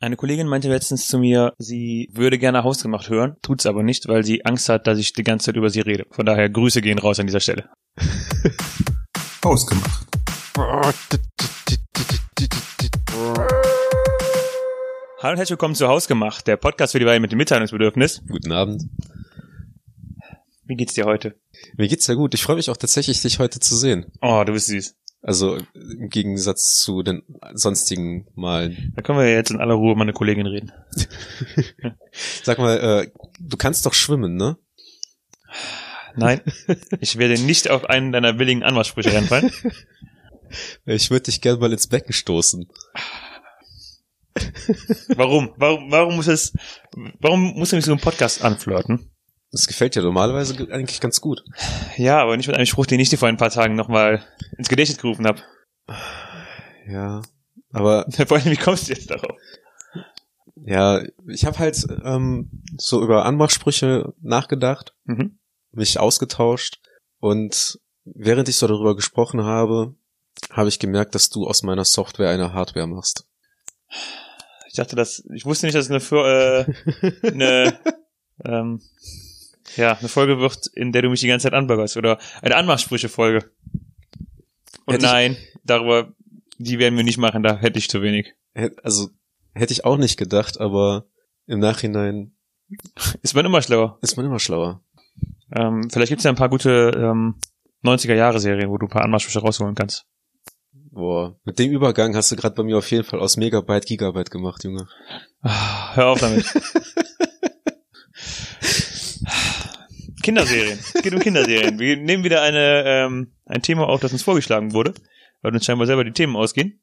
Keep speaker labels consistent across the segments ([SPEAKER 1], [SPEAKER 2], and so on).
[SPEAKER 1] Eine Kollegin meinte letztens zu mir, sie würde gerne hausgemacht hören, tut's aber nicht, weil sie Angst hat, dass ich die ganze Zeit über sie rede. Von daher Grüße gehen raus an dieser Stelle.
[SPEAKER 2] Ausgemacht.
[SPEAKER 1] Hallo und herzlich willkommen zu Hausgemacht, der Podcast für die beiden mit dem Mitteilungsbedürfnis.
[SPEAKER 3] Guten Abend.
[SPEAKER 1] Wie geht's dir heute?
[SPEAKER 3] Mir geht's sehr gut. Ich freue mich auch tatsächlich, dich heute zu sehen.
[SPEAKER 1] Oh, du bist süß.
[SPEAKER 3] Also im Gegensatz zu den sonstigen Malen.
[SPEAKER 1] Da können wir jetzt in aller Ruhe meine Kollegin reden.
[SPEAKER 3] Sag mal, äh, du kannst doch schwimmen, ne?
[SPEAKER 1] Nein, ich werde nicht auf einen deiner billigen Anmachsprüche reinfallen.
[SPEAKER 3] Ich würde dich gerne mal ins Becken stoßen.
[SPEAKER 1] Warum? Warum, warum muss es, warum muss er mich so im Podcast anflirten?
[SPEAKER 3] Das gefällt dir normalerweise ge- eigentlich ganz gut.
[SPEAKER 1] Ja, aber nicht mit einem Spruch, den ich dir vor ein paar Tagen nochmal ins Gedächtnis gerufen habe.
[SPEAKER 3] Ja. Aber
[SPEAKER 1] Vor allem, wie kommst du jetzt darauf?
[SPEAKER 3] ja, ich habe halt ähm, so über Anmachsprüche nachgedacht
[SPEAKER 1] Mhm.
[SPEAKER 3] mich ausgetauscht und während ich so darüber gesprochen habe, habe ich gemerkt, dass du aus meiner Software eine Hardware machst.
[SPEAKER 1] Ich dachte, dass, ich wusste nicht, dass eine, Fir- äh, eine, ähm, ja, eine Folge wird, in der du mich die ganze Zeit anbürgerst oder eine Anmachsprüche-Folge. Und
[SPEAKER 3] Hätte ich-
[SPEAKER 1] nein, darüber, die werden wir nicht machen, da hätte ich zu wenig.
[SPEAKER 3] Hät- Also hätte ich auch nicht gedacht, aber im Nachhinein
[SPEAKER 1] Ist man immer schlauer.
[SPEAKER 3] ist man immer schlauer.
[SPEAKER 1] Ähm, vielleicht gibt's ja ein paar gute ähm, 90er-Jahre-Serien, wo du ein paar Anmachsprüche rausholen kannst.
[SPEAKER 3] Boah, mit dem Übergang hast du gerade bei mir auf jeden Fall aus Megabyte Gigabyte gemacht, Junge.
[SPEAKER 1] Ah, Hör auf damit. Kinderserien. Es geht um Kinderserien. Wir nehmen wieder eine, ähm, ein Thema auf, das uns vorgeschlagen wurde, weil uns scheinbar selber die Themen ausgehen.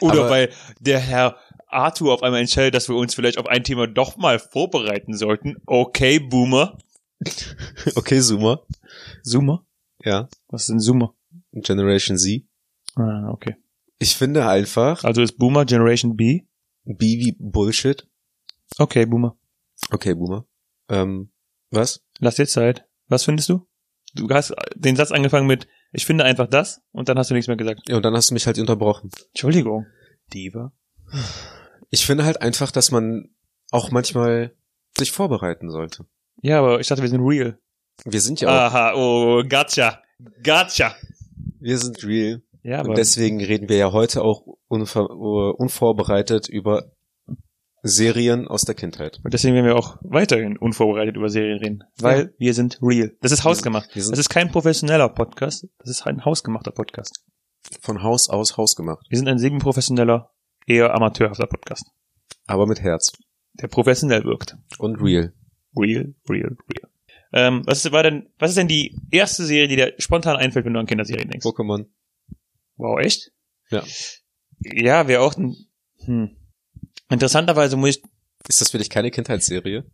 [SPEAKER 1] Oder
[SPEAKER 3] Aber-
[SPEAKER 1] weil der Herr Arthur auf einmal entscheidet, dass wir uns vielleicht auf ein Thema doch mal vorbereiten sollten. Okay, Boomer.
[SPEAKER 3] Okay, Zoomer.
[SPEAKER 1] Zoomer?
[SPEAKER 3] Ja,
[SPEAKER 1] Was ist denn Zoomer?
[SPEAKER 3] Generation Z.
[SPEAKER 1] Ah, okay.
[SPEAKER 3] Ich finde einfach
[SPEAKER 1] Also ist Boomer Generation B?
[SPEAKER 3] B wie Bullshit.
[SPEAKER 1] Okay, Boomer.
[SPEAKER 3] Okay, Boomer. Ähm, was?
[SPEAKER 1] Lass dir Zeit. Was findest du? Du hast den Satz angefangen mit, ich finde einfach das, und dann hast du nichts mehr gesagt.
[SPEAKER 3] Ja, und dann hast du mich halt unterbrochen.
[SPEAKER 1] Entschuldigung. Diva.
[SPEAKER 3] Ich finde halt einfach, dass man auch manchmal sich vorbereiten sollte.
[SPEAKER 1] Ja, aber ich dachte, wir sind real.
[SPEAKER 3] Wir sind ja auch,
[SPEAKER 1] Aha, oh, gotcha. Gotcha.
[SPEAKER 3] wir sind real.
[SPEAKER 1] Ja, aber
[SPEAKER 3] Und deswegen reden wir ja heute auch unver, uh, unvorbereitet über Serien aus der Kindheit.
[SPEAKER 1] und deswegen werden wir auch weiterhin unvorbereitet über Serien reden. Weil wir sind real. Das ist hausgemacht.
[SPEAKER 3] Wir
[SPEAKER 1] Das
[SPEAKER 3] sind
[SPEAKER 1] ist kein professioneller Podcast. Das ist ein hausgemachter Podcast.
[SPEAKER 3] von Haus aus Haus gemacht,
[SPEAKER 1] Wir sind ein semi-professioneller, eher amateurhafter Podcast.
[SPEAKER 3] aber mit Herz
[SPEAKER 1] Der professionell wirkt.
[SPEAKER 3] und real.
[SPEAKER 1] Real, real, real. Ähm, was, ist, war denn, was ist denn die erste Serie, die dir spontan einfällt, wenn du an Kinderserien denkst?
[SPEAKER 3] Pokémon.
[SPEAKER 1] Wow, echt?
[SPEAKER 3] Ja.
[SPEAKER 1] Ja, wir auch. n- Hm. Interessanterweise muss ich
[SPEAKER 3] Ist das für dich keine Kindheitsserie?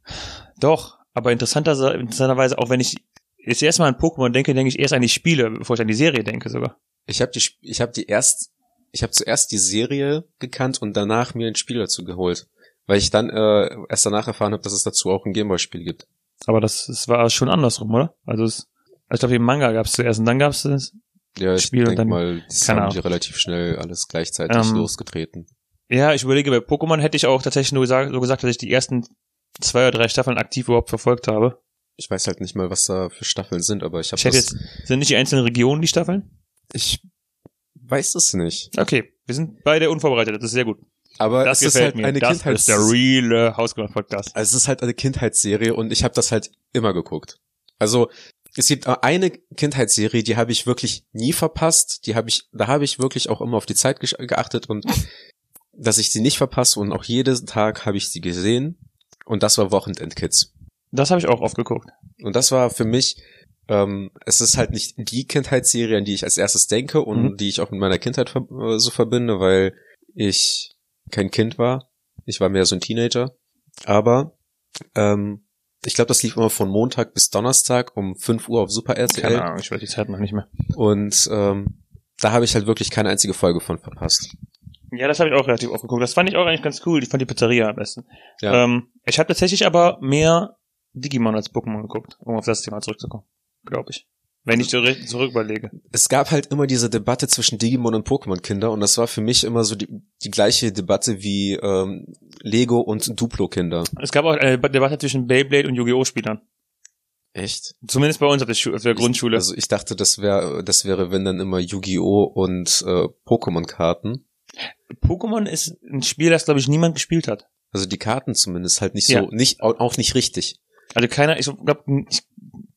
[SPEAKER 1] doch, aber interessanter, interessanterweise auch wenn ich jetzt erstmal an Pokémon denke, denke ich erst an die Spiele, bevor ich an die Serie denke sogar.
[SPEAKER 3] Ich habe die, Sp- ich habe die erst, ich habe zuerst die Serie gekannt und danach mir ein Spiel dazu geholt, weil ich dann äh, erst danach erfahren habe, dass es dazu auch ein Gameboy-Spiel gibt.
[SPEAKER 1] Aber das, das war schon andersrum, oder? Also es, ich glaube, den Manga gab's zuerst und dann gab's das.
[SPEAKER 3] Ja, ich
[SPEAKER 1] Spiel und
[SPEAKER 3] denke
[SPEAKER 1] dann-
[SPEAKER 3] mal, das
[SPEAKER 1] keine
[SPEAKER 3] haben die
[SPEAKER 1] Ahnung.
[SPEAKER 3] relativ schnell alles gleichzeitig
[SPEAKER 1] Ähm,
[SPEAKER 3] losgetreten.
[SPEAKER 1] Ja, ich überlege, bei Pokémon hätte ich auch tatsächlich nur gesagt, so gesagt, dass ich die ersten zwei oder drei Staffeln aktiv überhaupt verfolgt habe.
[SPEAKER 3] Ich weiß halt nicht mal, was da für Staffeln sind, aber ich habe
[SPEAKER 1] Ich hätte
[SPEAKER 3] das.
[SPEAKER 1] jetzt, sind nicht die einzelnen Regionen die Staffeln?
[SPEAKER 3] Ich weiß es nicht.
[SPEAKER 1] Okay, wir sind beide unvorbereitet, das ist sehr gut.
[SPEAKER 3] Aber
[SPEAKER 1] Das
[SPEAKER 3] es ist
[SPEAKER 1] gefällt
[SPEAKER 3] halt
[SPEAKER 1] mir.
[SPEAKER 3] eine
[SPEAKER 1] das
[SPEAKER 3] Kindheits.
[SPEAKER 1] ist der reale Hausgemacht-Podcast.
[SPEAKER 3] also es ist halt eine Kindheitsserie und ich habe das halt immer geguckt. Also es gibt eine Kindheitsserie, die habe ich wirklich nie verpasst. Die habe ich, da habe ich wirklich auch immer auf die Zeit gesch- geachtet und dass ich sie nicht verpasse und auch jeden Tag habe ich sie gesehen. Und das war Wochenend Kids.
[SPEAKER 1] Das habe ich auch oft geguckt.
[SPEAKER 3] Und das war für mich, ähm, es ist halt nicht die Kindheitsserie, an die ich als erstes denke und
[SPEAKER 1] Mhm.
[SPEAKER 3] die ich auch mit meiner Kindheit ver äh, so verbinde, weil ich kein Kind war. Ich war mehr so ein Teenager. Aber ähm, ich glaube, das lief immer von Montag bis Donnerstag um 5 Uhr auf Super
[SPEAKER 1] Keine
[SPEAKER 3] RTL.
[SPEAKER 1] Ahnung, ich weiß die Zeit noch nicht mehr.
[SPEAKER 3] Und ähm, da habe ich halt wirklich keine einzige Folge von verpasst.
[SPEAKER 1] Ja, das habe ich auch relativ oft geguckt. Das fand ich auch eigentlich ganz cool. Ich fand die Pizzeria am besten.
[SPEAKER 3] Ja.
[SPEAKER 1] Ähm, ich habe tatsächlich aber mehr Digimon als Pokémon geguckt, um auf das Thema zurückzukommen. Glaube ich. Wenn ich zurück zurück überlege.
[SPEAKER 3] es gab halt immer diese Debatte zwischen Digimon und Pokémon-Kinder und das war für mich immer so die, die gleiche Debatte wie ähm, Lego und Duplo-Kinder.
[SPEAKER 1] Es gab auch äh, eine Debatte zwischen Beyblade und Yu-Gi-Oh! Spielern.
[SPEAKER 3] Echt?
[SPEAKER 1] Zumindest bei uns auf der, Schu auf der Grundschule.
[SPEAKER 3] Also ich dachte, das wäre, das wäre, wenn dann immer Yu-Gi-Oh! und äh, Pokémon-Karten.
[SPEAKER 1] Pokémon ist ein Spiel, das, glaube ich, niemand gespielt hat.
[SPEAKER 3] Also die Karten zumindest halt nicht so,
[SPEAKER 1] Ja.
[SPEAKER 3] nicht, au- auch nicht richtig.
[SPEAKER 1] Also keiner, ich glaube ich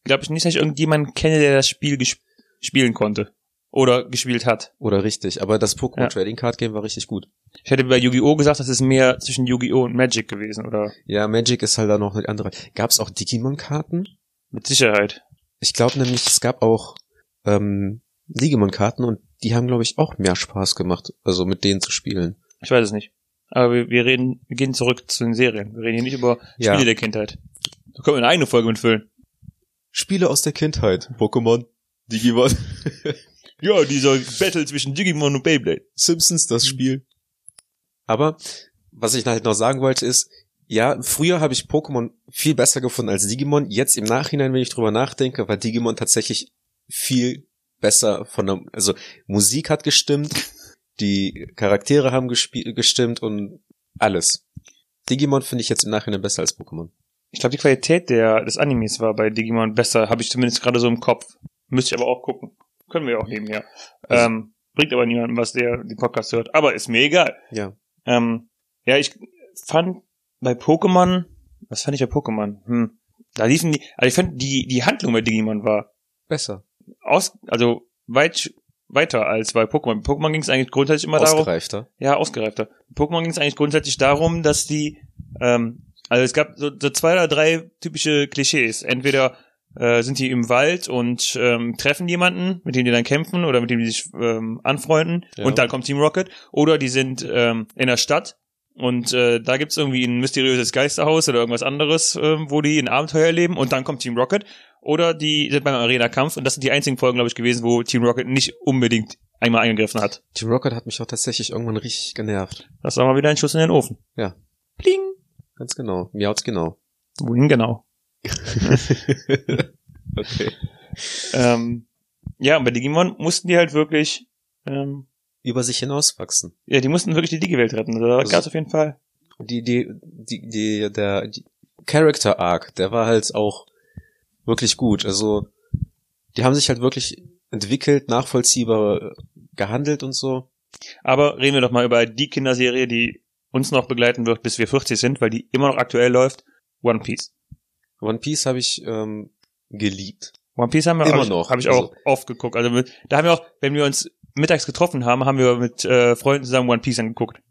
[SPEAKER 1] glaub nicht, dass ich irgendjemanden kenne, der das Spiel gesp spielen konnte. Oder gespielt hat.
[SPEAKER 3] Oder richtig. Aber das Pokémon
[SPEAKER 1] Ja.
[SPEAKER 3] Trading Card Game war richtig gut.
[SPEAKER 1] Ich hätte bei Yu-Gi-Oh! gesagt, das ist mehr zwischen Yu-Gi-Oh! und Magic gewesen, oder?
[SPEAKER 3] Ja, Magic ist halt da noch eine andere. Gab es auch Digimon-Karten?
[SPEAKER 1] Mit Sicherheit.
[SPEAKER 3] Ich glaube nämlich, es gab auch ähm, Digimon-Karten und die haben, glaube ich, auch mehr Spaß gemacht, also mit denen zu spielen.
[SPEAKER 1] Ich weiß es nicht. Aber wir, wir reden, wir gehen zurück zu den Serien. Wir reden hier nicht über
[SPEAKER 3] Ja.
[SPEAKER 1] Spiele der Kindheit. Da können wir eine eigene Folge mitfüllen.
[SPEAKER 3] Spiele aus der Kindheit. Pokémon, Digimon,
[SPEAKER 1] Ja, dieser Battle zwischen Digimon und Beyblade.
[SPEAKER 3] Simpsons, das Spiel. Aber was ich halt noch sagen wollte ist, ja, früher habe ich Pokémon viel besser gefunden als Digimon. Jetzt im Nachhinein, wenn ich drüber nachdenke, war Digimon tatsächlich viel besser von der, also Musik hat gestimmt, die Charaktere haben gespie- gestimmt und alles. Digimon finde ich jetzt im Nachhinein besser als Pokémon.
[SPEAKER 1] Ich glaube, die Qualität der, des Animes war bei Digimon besser, habe ich zumindest gerade so im Kopf. Müsste ich aber auch gucken. Können wir auch nebenher.
[SPEAKER 3] Also-
[SPEAKER 1] ähm, bringt aber niemandem, was der den Podcast hört. Aber ist mir egal.
[SPEAKER 3] Ja.
[SPEAKER 1] Ähm, ja, ich fand bei Pokémon, was fand ich bei Pokémon? Hm. Da liefen die, also ich fand die, die Handlung bei Digimon war
[SPEAKER 3] Besser.
[SPEAKER 1] aus, also weit sch- weiter als bei Pokémon. Bei Pokémon ging es eigentlich grundsätzlich immer darum,
[SPEAKER 3] Ausgereifter.
[SPEAKER 1] ja, ausgereifter. Bei Pokémon ging es eigentlich grundsätzlich darum, dass die, ähm, also es gab so, so zwei oder drei typische Klischees. Entweder äh, sind die im Wald und ähm, treffen jemanden, mit dem die dann kämpfen oder mit dem die sich ähm, anfreunden
[SPEAKER 3] Ja.
[SPEAKER 1] und dann kommt Team Rocket. Oder die sind ähm, in der Stadt und äh, da gibt's irgendwie ein mysteriöses Geisterhaus oder irgendwas anderes, ähm, wo die ein Abenteuer erleben und dann kommt Team Rocket. Oder die sind beim Arena-Kampf und das sind die einzigen Folgen, glaube ich, gewesen, wo Team Rocket nicht unbedingt einmal eingegriffen hat.
[SPEAKER 3] Team Rocket hat mich auch tatsächlich irgendwann richtig genervt.
[SPEAKER 1] Das war mal wieder ein Schuss in den Ofen.
[SPEAKER 3] Ja.
[SPEAKER 1] Pling.
[SPEAKER 3] Ganz genau. Miaut's genau.
[SPEAKER 1] Wohin genau?
[SPEAKER 3] Okay.
[SPEAKER 1] Ähm, ja, und bei Digimon mussten die halt wirklich, ähm,
[SPEAKER 3] Über sich hinauswachsen.
[SPEAKER 1] ja, die mussten wirklich die Digi-Welt retten. Also, Da
[SPEAKER 3] Das-
[SPEAKER 1] gab's auf jeden Fall.
[SPEAKER 3] die, die, die, die, der die Character Arc, der war halt auch wirklich gut. Also, die haben sich halt wirklich entwickelt, nachvollziehbar äh, gehandelt und so.
[SPEAKER 1] Aber reden wir doch mal über die Kinderserie, die uns noch begleiten wird, bis wir 40 sind, weil die immer noch aktuell läuft. One Piece.
[SPEAKER 3] One Piece habe ich ähm, geliebt.
[SPEAKER 1] One Piece haben wir
[SPEAKER 3] Immer
[SPEAKER 1] hab ich,
[SPEAKER 3] noch.
[SPEAKER 1] Hab ich auch oft geguckt. Also mit- da haben wir auch, wenn wir uns mittags getroffen haben, haben wir mit äh, Freunden zusammen One Piece angeguckt.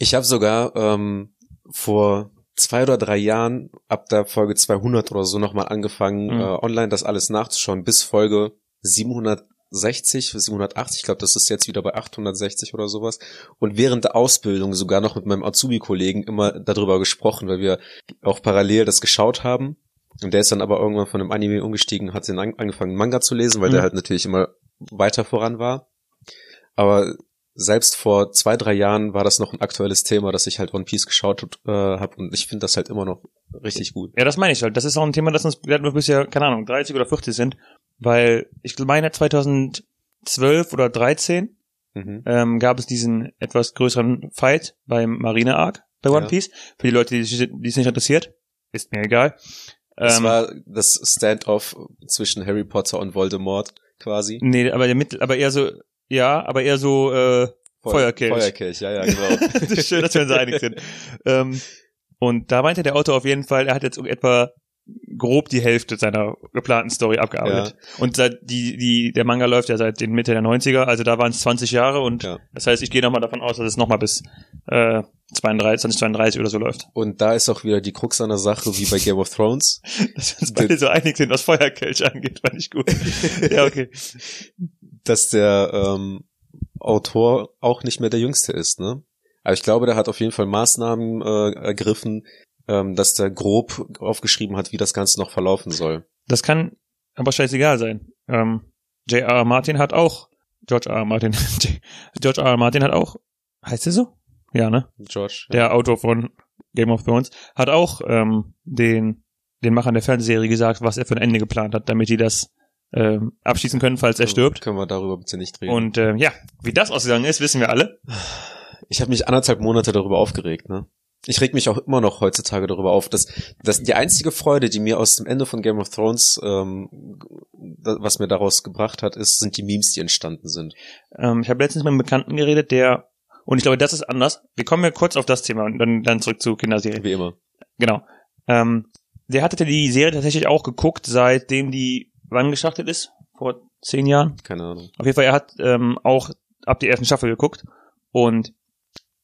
[SPEAKER 3] Ich habe sogar ähm, vor zwei oder drei Jahren, ab der Folge 200 oder so, nochmal angefangen,
[SPEAKER 1] Mhm.
[SPEAKER 3] äh, online das alles nachzuschauen, bis Folge 760, 780, ich glaube, das ist jetzt wieder bei 860 oder sowas. Und während der Ausbildung sogar noch mit meinem Azubi-Kollegen immer darüber gesprochen, weil wir auch parallel das geschaut haben. Und der ist dann aber irgendwann von dem Anime umgestiegen, hat den an angefangen, Manga zu lesen, weil
[SPEAKER 1] Mhm.
[SPEAKER 3] der halt natürlich immer weiter voran war. Aber selbst vor zwei, drei Jahren war das noch ein aktuelles Thema, dass ich halt One Piece geschaut äh, habe und ich finde das halt immer noch richtig gut.
[SPEAKER 1] Ja, das meine ich halt. Das ist auch ein Thema, das uns begleiten wird, bis wir, keine Ahnung, 30 oder 40 sind. Weil ich meine 2012 oder 13
[SPEAKER 3] Mhm.
[SPEAKER 1] ähm, gab es diesen etwas größeren Fight beim Marine Arc bei One
[SPEAKER 3] Ja.
[SPEAKER 1] Piece. Für die Leute, die es die es nicht interessiert, ist mir egal.
[SPEAKER 3] Das
[SPEAKER 1] Ähm,
[SPEAKER 3] war das Standoff zwischen Harry Potter und Voldemort quasi.
[SPEAKER 1] nee, aber der Mittel, aber eher so, ja, aber eher so äh,
[SPEAKER 3] Feu-
[SPEAKER 1] Feuerkelch.
[SPEAKER 3] Feuerkelch, ja, ja, genau.
[SPEAKER 1] das ist schön, dass wir uns einig sind. Ähm, und da meinte der Autor auf jeden Fall, er hat jetzt etwa grob die Hälfte seiner geplanten Story abgearbeitet. Und seit die, die, der Manga läuft ja seit den Mitte der 90er, also da waren es 20 Jahre und
[SPEAKER 3] Ja.
[SPEAKER 1] das heißt, ich gehe nochmal davon aus, dass es nochmal bis äh, 32, 2032 oder so läuft.
[SPEAKER 3] Und da ist auch wieder die Krux an der Sache, wie bei Game of Thrones.
[SPEAKER 1] Dass wir uns beide so einig sind, was Feuerkelch angeht, fand ich gut. ja, okay.
[SPEAKER 3] dass der ähm, Autor auch nicht mehr der Jüngste ist, ne? Aber ich glaube, der hat auf jeden Fall Maßnahmen äh, ergriffen, ähm, dass der grob aufgeschrieben hat, wie das Ganze noch verlaufen soll.
[SPEAKER 1] Das kann aber scheißegal sein. Ähm, J.R. Martin hat auch, George R. Martin, J- George R. Martin hat auch, heißt er so? Ja, ne?
[SPEAKER 3] George.
[SPEAKER 1] Der Autor von Game of Thrones hat auch ähm, den, den Machern der Fernsehserie gesagt, was er für ein Ende geplant hat, damit die das ähm, abschließen können, falls er stirbt.
[SPEAKER 3] Können wir darüber bitte nicht reden.
[SPEAKER 1] Und ähm, ja, wie das ausgegangen ist, wissen wir alle.
[SPEAKER 3] ich habe mich anderthalb Monate darüber aufgeregt, ne? Ich reg mich auch immer noch heutzutage darüber auf, dass, dass die einzige Freude, die mir aus dem Ende von Game of Thrones, ähm, da- was mir daraus gebracht hat, ist, sind die Memes, die entstanden sind.
[SPEAKER 1] Ähm, ich habe letztens mit einem Bekannten geredet, der, und ich glaube, das ist anders. Wir kommen ja kurz auf das Thema und dann, dann zurück zu Kinderserien.
[SPEAKER 3] Wie immer.
[SPEAKER 1] Genau. Ähm, der hatte die Serie tatsächlich auch geguckt, seitdem die wann gestartet ist? Vor zehn Jahren?
[SPEAKER 3] Keine Ahnung.
[SPEAKER 1] Auf jeden Fall, er hat ähm, auch ab der ersten Staffel geguckt und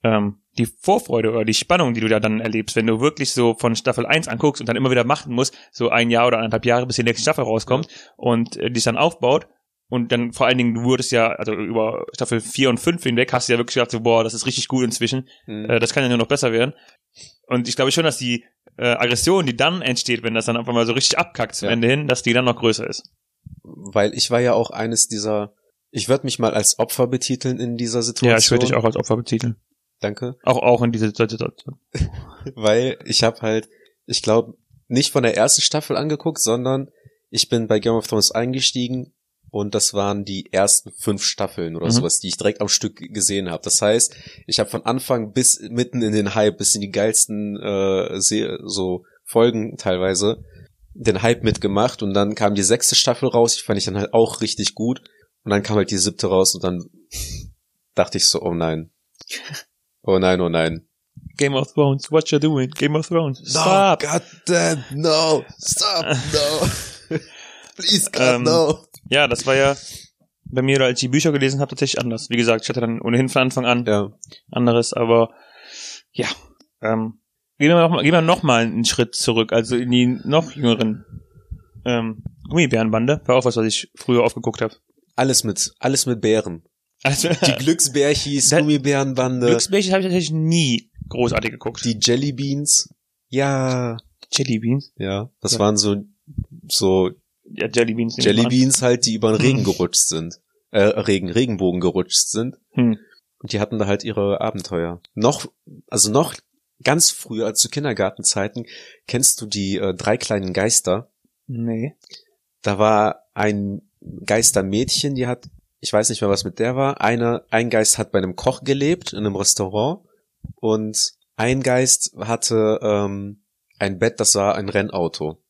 [SPEAKER 1] ähm, die Vorfreude oder die Spannung, die du da dann erlebst, wenn du wirklich so von Staffel 1 anguckst und dann immer wieder machen musst, so ein Jahr oder anderthalb Jahre, bis die nächste Staffel rauskommt und äh, dich dann aufbaut und dann vor allen Dingen, du wurdest ja, also über Staffel 4 und 5 hinweg, hast du ja wirklich gedacht, so, boah, das ist richtig gut inzwischen,
[SPEAKER 3] Mhm.
[SPEAKER 1] äh, das kann ja nur noch besser werden. Und ich glaube schon, dass die äh, Aggression, die dann entsteht, wenn das dann einfach mal so richtig abkackt zum
[SPEAKER 3] Ja.
[SPEAKER 1] Ende hin, dass die dann noch größer ist.
[SPEAKER 3] Weil ich war ja auch eines dieser, ich würde mich mal als Opfer betiteln in dieser Situation.
[SPEAKER 1] Ja, ich würde dich auch als Opfer betiteln.
[SPEAKER 3] Danke.
[SPEAKER 1] Auch, auch in dieser Situation.
[SPEAKER 3] Weil ich habe halt, ich glaube, nicht von der ersten Staffel angeguckt, sondern ich bin bei Game of Thrones eingestiegen und das waren die ersten fünf Staffeln oder
[SPEAKER 1] Mhm.
[SPEAKER 3] sowas, die ich direkt am Stück gesehen habe. Das heißt, ich habe von Anfang bis mitten in den Hype, bis in die geilsten äh, Se- so Folgen teilweise den Hype mitgemacht und dann kam die sechste Staffel raus, die fand ich dann halt auch richtig gut und dann kam halt die siebte raus und dann dachte ich so, oh nein, oh nein, oh nein.
[SPEAKER 1] Game of Thrones, what you doing? Game of Thrones, stop!
[SPEAKER 3] God damn, no. Stop, no. Please,
[SPEAKER 1] God, Ähm, no. Ja, das war ja bei mir, als ich die Bücher gelesen habe, tatsächlich anders. Wie gesagt, ich hatte dann ohnehin von Anfang an
[SPEAKER 3] Ja,
[SPEAKER 1] anderes, aber ja. Ähm, gehen wir nochmal gehen wir noch mal einen Schritt zurück, also in die noch jüngeren ähm, Gummibärenbande. War auch was, was ich früher aufgeguckt habe.
[SPEAKER 3] alles mit, alles mit Bären.
[SPEAKER 1] Also,
[SPEAKER 3] Die Glücksbärchis,
[SPEAKER 1] Da-
[SPEAKER 3] Gummibärenbande,
[SPEAKER 1] Glücksbärchen habe ich tatsächlich nie großartig geguckt.
[SPEAKER 3] Äh, die Jellybeans. Ja,
[SPEAKER 1] Jellybeans?
[SPEAKER 3] ja, das
[SPEAKER 1] Ja.
[SPEAKER 3] waren so, so
[SPEAKER 1] Ja, Jellybeans. nehme ich mal an.
[SPEAKER 3] Jellybeans halt, die über den
[SPEAKER 1] Mhm.
[SPEAKER 3] Regen gerutscht sind. Äh, Regen, Regenbogen gerutscht sind.
[SPEAKER 1] Hm.
[SPEAKER 3] Und die hatten da halt ihre Abenteuer. Noch, also noch ganz früher, als zu Kindergartenzeiten, kennst du die äh, drei kleinen Geister?
[SPEAKER 1] Nee.
[SPEAKER 3] da war ein Geistermädchen, die hat, ich weiß nicht mehr, was mit der war. Eine, ein Geist hat bei einem Koch gelebt in einem Restaurant und ein Geist hatte ähm, ein Bett, das war ein Rennauto.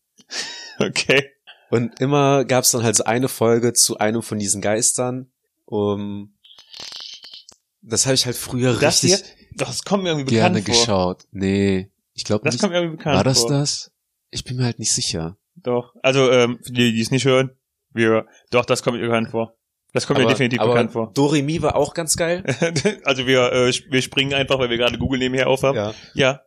[SPEAKER 1] Okay.
[SPEAKER 3] Und immer gab es dann halt so eine Folge zu einem von diesen Geistern. Um, das habe ich halt früher
[SPEAKER 1] Das hier,
[SPEAKER 3] richtig
[SPEAKER 1] das kommt mir irgendwie bekannt
[SPEAKER 3] gerne
[SPEAKER 1] vor.
[SPEAKER 3] geschaut. Nee, ich glaube
[SPEAKER 1] Das
[SPEAKER 3] nicht.
[SPEAKER 1] kommt mir irgendwie bekannt
[SPEAKER 3] War das
[SPEAKER 1] vor.
[SPEAKER 3] das? Ich bin mir halt nicht sicher.
[SPEAKER 1] Doch. Also, ähm, für die, die es nicht hören, wir, doch, das kommt mir bekannt vor. Das kommt mir definitiv bekannt vor.
[SPEAKER 3] Doremi war auch ganz geil.
[SPEAKER 1] also wir, äh, sp- wir springen einfach, weil wir gerade Google nebenher aufhaben.
[SPEAKER 3] ja.
[SPEAKER 1] Ja.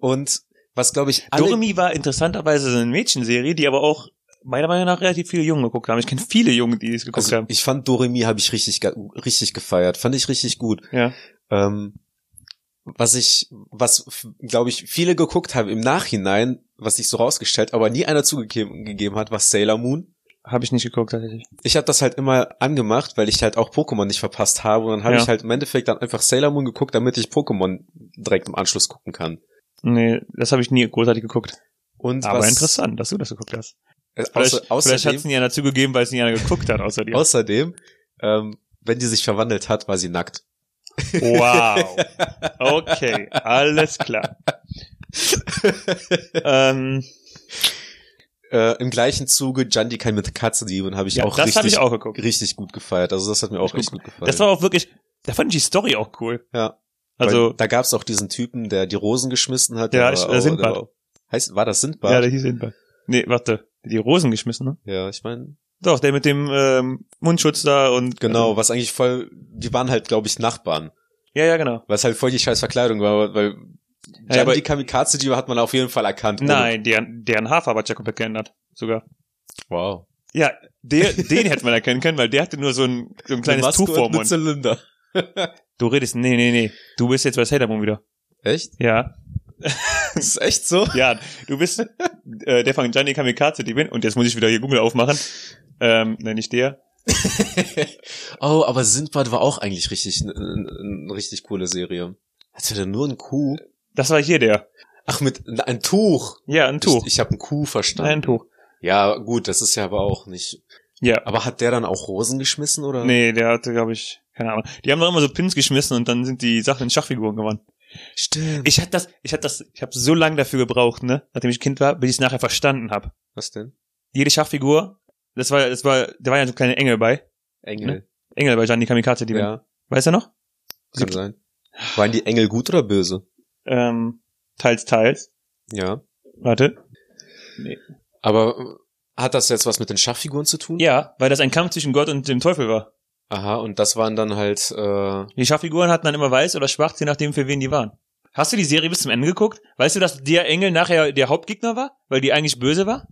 [SPEAKER 3] Und was glaube ich alle
[SPEAKER 1] Doremi war interessanterweise so eine Mädchenserie, die aber auch meiner Meinung nach relativ viele Jungen geguckt haben. Ich kenne viele Jungen, die es geguckt
[SPEAKER 3] also,
[SPEAKER 1] haben.
[SPEAKER 3] ich fand Doremi habe ich richtig ge- richtig gefeiert, fand ich richtig gut.
[SPEAKER 1] Ja.
[SPEAKER 3] Ähm, was ich was glaube ich viele geguckt haben im Nachhinein, was sich so rausgestellt, aber nie einer zugegeben gegeben hat, war Sailor Moon.
[SPEAKER 1] Habe ich nicht geguckt tatsächlich.
[SPEAKER 3] Ich habe das halt immer angemacht, weil ich halt auch Pokémon nicht verpasst habe und dann habe
[SPEAKER 1] Ja.
[SPEAKER 3] ich halt im Endeffekt dann einfach Sailor Moon geguckt, damit ich Pokémon direkt im Anschluss gucken kann.
[SPEAKER 1] Nee, das habe ich nie großartig geguckt.
[SPEAKER 3] Und
[SPEAKER 1] Aber
[SPEAKER 3] was,
[SPEAKER 1] interessant, dass du das geguckt hast.
[SPEAKER 3] äh,
[SPEAKER 1] Vielleicht,
[SPEAKER 3] Außer,
[SPEAKER 1] vielleicht hat es
[SPEAKER 3] außerdem,
[SPEAKER 1] nie einer zugegeben, weil es nie einer geguckt hat, außer dir.
[SPEAKER 3] außerdem ähm, wenn die sich verwandelt hat, war sie nackt.
[SPEAKER 1] Wow. Okay, alles klar. ähm,
[SPEAKER 3] äh, im gleichen Zuge Jandikai mit der Katze Demon habe ich
[SPEAKER 1] ja,
[SPEAKER 3] auch
[SPEAKER 1] das habe
[SPEAKER 3] richtig
[SPEAKER 1] ich auch geguckt.
[SPEAKER 3] richtig gut gefeiert. Also das hat mir auch
[SPEAKER 1] Richtig
[SPEAKER 3] richtig gut gefallen.
[SPEAKER 1] Das war auch wirklich, da fand ich die Story auch cool.
[SPEAKER 3] ja, also
[SPEAKER 1] Also,
[SPEAKER 3] Weil, da gab's auch diesen Typen, der die Rosen geschmissen hat.
[SPEAKER 1] Ja,
[SPEAKER 3] der
[SPEAKER 1] ich-
[SPEAKER 3] war
[SPEAKER 1] der
[SPEAKER 3] auch-
[SPEAKER 1] Sindbad.
[SPEAKER 3] war auch- Heißt war das
[SPEAKER 1] ja,
[SPEAKER 3] Sindbad?
[SPEAKER 1] der
[SPEAKER 3] Ja,
[SPEAKER 1] hieß jedenfalls. Nee, warte, die Rosen geschmissen, ne?
[SPEAKER 3] ich meine
[SPEAKER 1] Doch, der mit dem ähm, Mundschutz da und ähm,
[SPEAKER 3] genau, was eigentlich voll die waren halt glaube ich Nachbarn,
[SPEAKER 1] ja, ja, genau.
[SPEAKER 3] was halt voll die scheiß Verkleidung war, weil
[SPEAKER 1] Ja, aber-
[SPEAKER 3] Jandikai Kamikaze Demon hat man auf jeden Fall erkannt.
[SPEAKER 1] Nein, deren, deren Haarfarbe hat ja komplett geändert, sogar.
[SPEAKER 3] Wow.
[SPEAKER 1] Ja, der, den hätte man erkennen können, weil der hatte nur so ein, so ein kleines Tuch vorm
[SPEAKER 3] mit
[SPEAKER 1] Mund.
[SPEAKER 3] Zylinder.
[SPEAKER 1] Du redest, nee, nee, nee, du bist jetzt bei Sailor Moon wieder.
[SPEAKER 3] Echt?
[SPEAKER 1] Ja,
[SPEAKER 3] Das ist echt so?
[SPEAKER 1] Ja, du bist äh, der von Gianni Kamikaze, die bin. Und jetzt muss ich wieder hier Google aufmachen. Ähm, nein, nicht der.
[SPEAKER 3] oh, aber Sindbad war auch eigentlich richtig eine richtig coole Serie. Hatte der nur ein Kuh?
[SPEAKER 1] Das war hier der.
[SPEAKER 3] Ach, mit ein Tuch.
[SPEAKER 1] Ja, ein Tuch.
[SPEAKER 3] Ich, ich habe ein Kuh
[SPEAKER 1] nein,
[SPEAKER 3] verstanden.
[SPEAKER 1] ein Tuch.
[SPEAKER 3] Ja, gut, das ist ja aber auch nicht.
[SPEAKER 1] Ja.
[SPEAKER 3] Aber hat der dann auch Rosen geschmissen oder?
[SPEAKER 1] Nee, der hatte, glaube ich, keine Ahnung. Die haben doch immer so Pins geschmissen und dann sind die Sachen in Schachfiguren gewonnen.
[SPEAKER 3] Stimmt.
[SPEAKER 1] Ich hatte das, ich hatte das, ich habe so lange dafür gebraucht, ne, nachdem ich Kind war, bis ich es nachher verstanden habe.
[SPEAKER 3] Was denn?
[SPEAKER 1] Jede Schachfigur, das war, das war, da waren ja so kleine Engel bei.
[SPEAKER 3] Engel.
[SPEAKER 1] Engel bei Gianni Kamikaze, Ne? die wir-
[SPEAKER 3] Ja,
[SPEAKER 1] Weißt du noch?
[SPEAKER 3] kann sein. Waren die Engel gut oder böse?
[SPEAKER 1] Ähm, teils, teils.
[SPEAKER 3] Ja.
[SPEAKER 1] Warte.
[SPEAKER 3] Aber äh, hat das jetzt was mit den Schachfiguren zu tun?
[SPEAKER 1] Ja, weil das ein Kampf zwischen Gott und dem Teufel war.
[SPEAKER 3] Aha, und das waren dann halt, äh,
[SPEAKER 1] Die Schachfiguren hatten dann immer weiß oder schwarz, je nachdem für wen die waren. Hast du die Serie bis zum Ende geguckt? Weißt du, dass der Engel nachher der Hauptgegner war, weil die eigentlich böse war?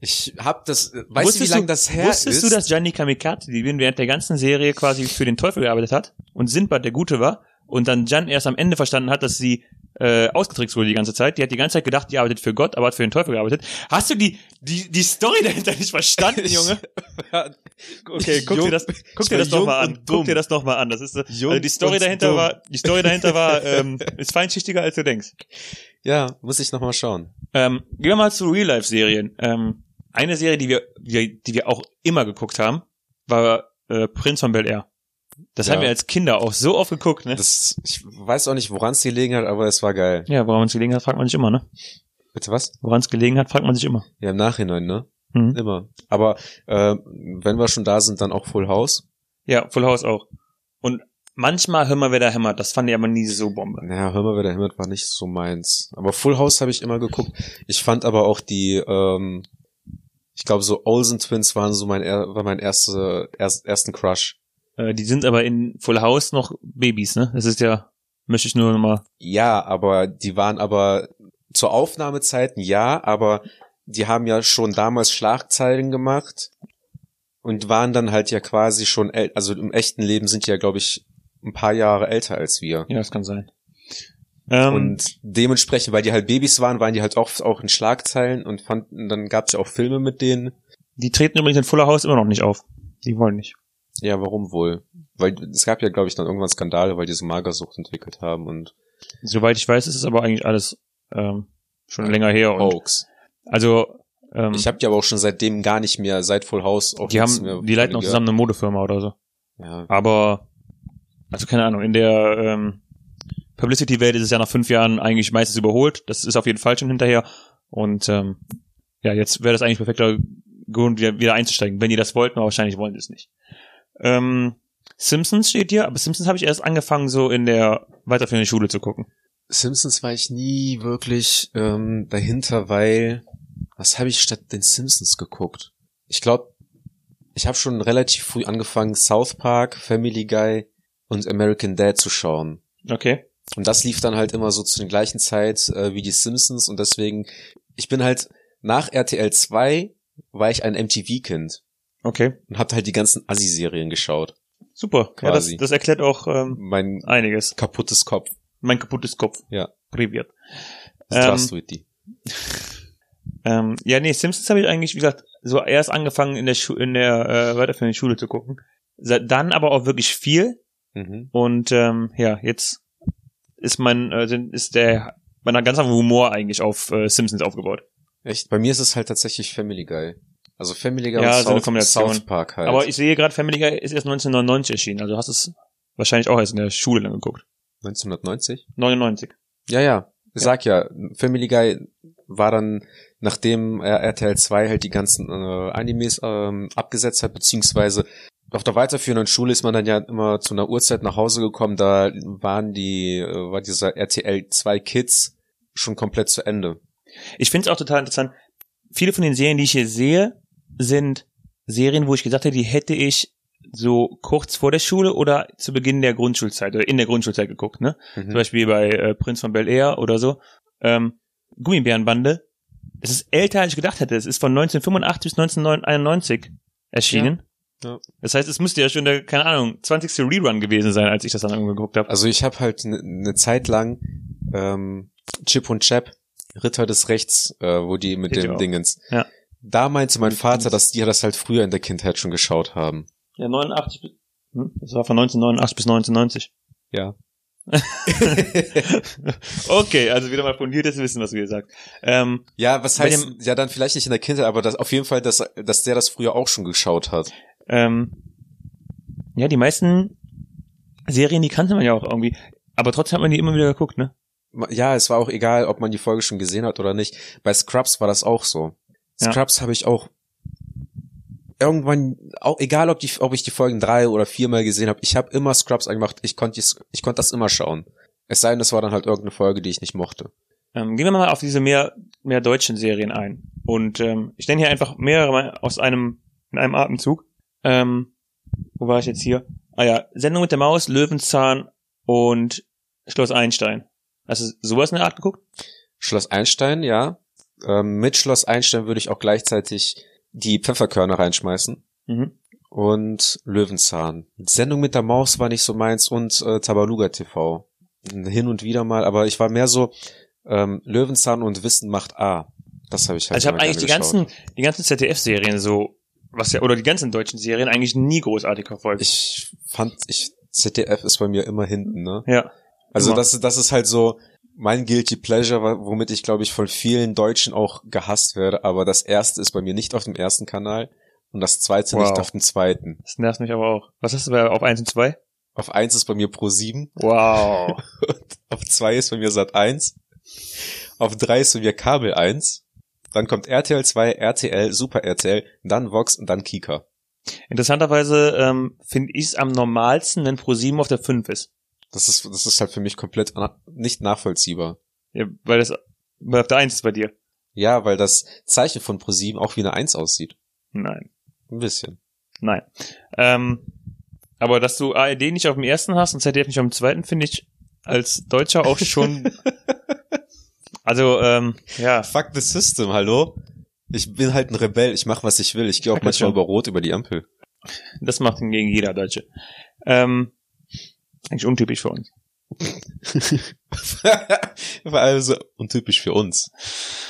[SPEAKER 3] ich hab das, äh, weißt du, wie
[SPEAKER 1] Wusstest
[SPEAKER 3] lange das her
[SPEAKER 1] Wusstest
[SPEAKER 3] ist?
[SPEAKER 1] du, dass Gianni Kamikaze, die während der ganzen Serie quasi für den Teufel gearbeitet hat und Sindbad der Gute war und dann Gian erst am Ende verstanden hat, dass sie äh, ausgetrickst wurde die ganze Zeit. Die hat die ganze Zeit gedacht, die arbeitet für Gott, aber hat für den Teufel gearbeitet. Hast du die die die Story dahinter nicht verstanden,
[SPEAKER 3] Ich-
[SPEAKER 1] Junge? Okay, guck
[SPEAKER 3] Jung-
[SPEAKER 1] dir das guck
[SPEAKER 3] ich
[SPEAKER 1] dir
[SPEAKER 3] war
[SPEAKER 1] das noch
[SPEAKER 3] jung
[SPEAKER 1] mal an.
[SPEAKER 3] und dumm.
[SPEAKER 1] Guck dir das noch mal an. Das ist äh,
[SPEAKER 3] Jung
[SPEAKER 1] also die Story
[SPEAKER 3] und
[SPEAKER 1] dahinter
[SPEAKER 3] dumm.
[SPEAKER 1] war die Story dahinter war ähm, ist feinschichtiger als du denkst.
[SPEAKER 3] Ja, muss ich nochmal schauen.
[SPEAKER 1] Ähm, gehen wir mal zu Real-Life-Serien. Ähm, eine Serie, die wir, wir, die wir auch immer geguckt haben, war äh, Prinz von Bel Air. Das
[SPEAKER 3] Ja.
[SPEAKER 1] haben wir als Kinder auch so oft geguckt, ne?
[SPEAKER 3] Das, ich weiß auch nicht, woran es gelegen hat, aber es war geil.
[SPEAKER 1] ja, woran es gelegen hat, fragt man sich immer, ne?
[SPEAKER 3] Bitte was?
[SPEAKER 1] Woran es gelegen hat, fragt man sich immer.
[SPEAKER 3] Ja, im Nachhinein, ne?
[SPEAKER 1] Mhm.
[SPEAKER 3] Immer. Aber äh, wenn wir schon da sind, dann auch Full House.
[SPEAKER 1] Ja, Full House auch. Und manchmal Hör mal, wer da hämmert. Das fand ich aber nie so Bombe.
[SPEAKER 3] Naja, hör mal, wer der Himmel war nicht so meins. Aber Full House habe ich immer geguckt. Ich fand aber auch die, ähm, ich glaube, so Olsen Twins waren so mein, er- war mein erste, erst, ersten Crush.
[SPEAKER 1] Äh, die sind aber in Full House noch Babys, ne? Das ist ja, möchte ich nur nochmal.
[SPEAKER 3] Ja, aber die waren aber zur Aufnahmezeiten ja, aber die haben ja schon damals Schlagzeilen gemacht und waren dann halt ja quasi schon, äl- also im echten Leben sind die ja, glaube ich, ein paar Jahre älter als wir.
[SPEAKER 1] Ja, das kann sein. Ähm,
[SPEAKER 3] Und dementsprechend, weil die halt Babys waren, waren die halt oft auch in Schlagzeilen und fanden, dann gab es ja auch Filme mit denen.
[SPEAKER 1] die treten übrigens in Full House immer noch nicht auf. Die wollen nicht.
[SPEAKER 3] Ja, warum wohl? Weil es gab ja, glaube ich, dann irgendwann Skandale, weil die so Magersucht entwickelt haben und
[SPEAKER 1] Soweit ich weiß, ist es aber eigentlich alles ähm, schon länger her. Und
[SPEAKER 3] Hoax.
[SPEAKER 1] Also ähm,
[SPEAKER 3] Ich habe die aber auch schon seitdem gar nicht mehr, seit Full House auch
[SPEAKER 1] die
[SPEAKER 3] nichts mehr
[SPEAKER 1] haben, die leiten auch
[SPEAKER 3] von denen
[SPEAKER 1] zusammen eine Modefirma oder so.
[SPEAKER 3] gehört. Ja.
[SPEAKER 1] Aber also keine Ahnung. In der ähm, Publicity-Welt ist es ja nach fünf Jahren eigentlich meistens überholt. Das ist auf jeden Fall schon hinterher. Und ähm, ja, jetzt wäre das eigentlich perfekter Grund, wieder, wieder einzusteigen, wenn die das wollten, aber wahrscheinlich wollen sie es nicht. Ähm, Simpsons steht hier, aber Simpsons habe ich erst angefangen, so in der weiterführenden Schule zu gucken.
[SPEAKER 3] Simpsons war ich nie wirklich ähm, dahinter, weil was habe ich statt den Simpsons geguckt? Ich glaube, ich habe schon relativ früh angefangen, South Park, Family Guy und American Dad zu schauen.
[SPEAKER 1] Okay.
[SPEAKER 3] Und das lief dann halt immer so zu der gleichen Zeit äh, wie die Simpsons und deswegen, ich bin halt nach RTL 2 war ich ein MTV-Kind
[SPEAKER 1] Okay.
[SPEAKER 3] und hab halt die ganzen Assi-Serien geschaut.
[SPEAKER 1] Super. Ja, das,
[SPEAKER 3] Quasi.
[SPEAKER 1] das erklärt auch ähm,
[SPEAKER 3] Mein
[SPEAKER 1] einiges.
[SPEAKER 3] kaputtes Kopf.
[SPEAKER 1] Mein kaputtes Kopf.
[SPEAKER 3] Ja.
[SPEAKER 1] Privat. Ähm,
[SPEAKER 3] Здравствуйте.
[SPEAKER 1] ähm, ja, nee, Simpsons habe ich eigentlich, wie gesagt, so erst angefangen in der Schu in der äh, weiterführenden Schule zu gucken. Seit dann aber auch wirklich viel.
[SPEAKER 3] Mhm.
[SPEAKER 1] Und ähm, ja, jetzt ist mein, äh, sind- ist der mein ganzer Humor eigentlich auf äh, Simpsons aufgebaut.
[SPEAKER 3] Echt? Bei mir ist es halt tatsächlich Family Guy. Also Family Guy
[SPEAKER 1] Ja, so eine
[SPEAKER 3] und South,
[SPEAKER 1] Kombination.
[SPEAKER 3] South Park halt.
[SPEAKER 1] Aber ich sehe gerade, Family Guy ist erst 1999 erschienen, also hast es wahrscheinlich auch erst in der Schule dann geguckt.
[SPEAKER 3] 1990?
[SPEAKER 1] 99.
[SPEAKER 3] Ja, ja. Ich sag ja, Family Guy war dann, nachdem äh, RTL 2 halt die ganzen äh, Animes ähm, abgesetzt hat, beziehungsweise auf der weiterführenden Schule ist man dann ja immer zu einer Uhrzeit nach Hause gekommen, da waren die, äh, war dieser RTL 2 Kids schon komplett zu Ende.
[SPEAKER 1] Ich finde es auch total interessant. Viele von den Serien, die ich hier sehe, sind Serien, wo ich gesagt hätte, die hätte ich so kurz vor der Schule oder zu Beginn der Grundschulzeit oder in der Grundschulzeit geguckt, ne?
[SPEAKER 3] Mhm.
[SPEAKER 1] Zum Beispiel bei äh, Prinz von Bel Air oder so. Ähm, Gummibärenbande. Es ist älter, als ich gedacht hätte. Es ist von 1985 bis 1991 erschienen.
[SPEAKER 3] Ja. Ja.
[SPEAKER 1] Das heißt, es müsste ja schon der, keine Ahnung, 20. Rerun gewesen sein, als ich das dann irgendwann geguckt habe.
[SPEAKER 3] Also ich habe halt eine ne Zeit lang ähm, Chip und Chap, Ritter des Rechts, äh, wo die mit
[SPEAKER 1] Ich
[SPEAKER 3] dem
[SPEAKER 1] auch.
[SPEAKER 3] Dingens.
[SPEAKER 1] Ja.
[SPEAKER 3] Da meinte mein Vater, dass die das halt früher in der Kindheit schon geschaut haben.
[SPEAKER 1] Ja, 89 bis, hm? das war von 1989 bis 1990.
[SPEAKER 3] Ja.
[SPEAKER 1] Okay, also wieder mal fundiertes Wissen, was du hier sagst. Ähm,
[SPEAKER 3] ja, was
[SPEAKER 1] Wenn
[SPEAKER 3] heißt, ja dann vielleicht nicht in der Kindheit, aber das auf jeden Fall, dass, dass der das früher auch schon geschaut hat.
[SPEAKER 1] ähm, ja, die meisten Serien, die kannte man ja auch irgendwie. Aber trotzdem hat man die immer wieder geguckt, ne?
[SPEAKER 3] Ma- Ja, es war auch egal, ob man die Folge schon gesehen hat oder nicht. Bei Scrubs war das auch so.
[SPEAKER 1] Ja.
[SPEAKER 3] Scrubs habe ich auch irgendwann, auch egal ob, die, ob ich die Folgen drei oder viermal gesehen habe, ich habe immer Scrubs angemacht. Ich konnte die- ich konnte das immer schauen. Es sei denn, es war dann halt irgendeine Folge, die ich nicht mochte.
[SPEAKER 1] Ähm, gehen wir mal auf diese mehr, mehr deutschen Serien ein. Und ähm, ich nenne hier einfach mehrere mal aus einem, in einem Atemzug. Ähm, wo war ich jetzt hier? Ah ja, Sendung mit der Maus, Löwenzahn und Schloss Einstein. Hast du sowas in der Art geguckt?
[SPEAKER 3] Schloss Einstein, ja. Ähm, mit Schloss Einstein würde ich auch gleichzeitig die Pfefferkörner reinschmeißen.
[SPEAKER 1] Mhm.
[SPEAKER 3] und Löwenzahn. Die Sendung mit der Maus war nicht so meins und äh, Tabaluga TV. Hin und wieder mal, aber ich war mehr so ähm, Löwenzahn und Wissen macht A. Das habe ich halt
[SPEAKER 1] Also ich habe
[SPEAKER 3] immer
[SPEAKER 1] eigentlich die
[SPEAKER 3] gerne geschaut.
[SPEAKER 1] ganzen, die ganzen ZDF-Serien so, was ja, oder die ganzen deutschen Serien eigentlich nie großartig verfolgt.
[SPEAKER 3] Ich fand, ich ZDF ist bei mir immer hinten, ne?
[SPEAKER 1] ja.
[SPEAKER 3] Also
[SPEAKER 1] Immer.
[SPEAKER 3] das, das ist halt so mein guilty pleasure, wa- womit ich glaube ich von vielen Deutschen auch gehasst werde. Aber das erste ist bei mir nicht auf dem ersten Kanal und das zweite
[SPEAKER 1] Wow.
[SPEAKER 3] nicht auf dem zweiten.
[SPEAKER 1] Das nervt mich aber auch. Was hast du bei auf 1 und 2?
[SPEAKER 3] Auf eins ist bei mir Pro 7
[SPEAKER 1] Wow.
[SPEAKER 3] Und auf zwei ist bei mir Sat 1. Auf drei ist bei mir Kabel 1. Dann kommt RTL 2, RTL, Super RTL, dann Vox und dann Kika.
[SPEAKER 1] Interessanterweise ähm, finde ich es am normalsten, wenn Pro7 auf der 5 ist.
[SPEAKER 3] Das ist, das ist halt für mich komplett na nicht nachvollziehbar.
[SPEAKER 1] Ja, weil das weil auf der 1 ist bei dir.
[SPEAKER 3] Ja, weil das Zeichen von ProSieben auch wie eine 1 aussieht.
[SPEAKER 1] Nein.
[SPEAKER 3] Ein bisschen.
[SPEAKER 1] Nein. Ähm, aber dass du ARD nicht auf dem ersten hast und ZDF nicht auf dem zweiten, finde ich als Deutscher auch schon. also, ähm, ja.
[SPEAKER 3] Fuck the system, hallo? Ich bin halt ein Rebell, ich mach was ich will. Ich gehe auch
[SPEAKER 1] Danke
[SPEAKER 3] manchmal
[SPEAKER 1] schön.
[SPEAKER 3] über Rot über die Ampel.
[SPEAKER 1] Das macht hingegen jeder Deutsche. Ähm, eigentlich untypisch für uns.
[SPEAKER 3] War also untypisch für uns.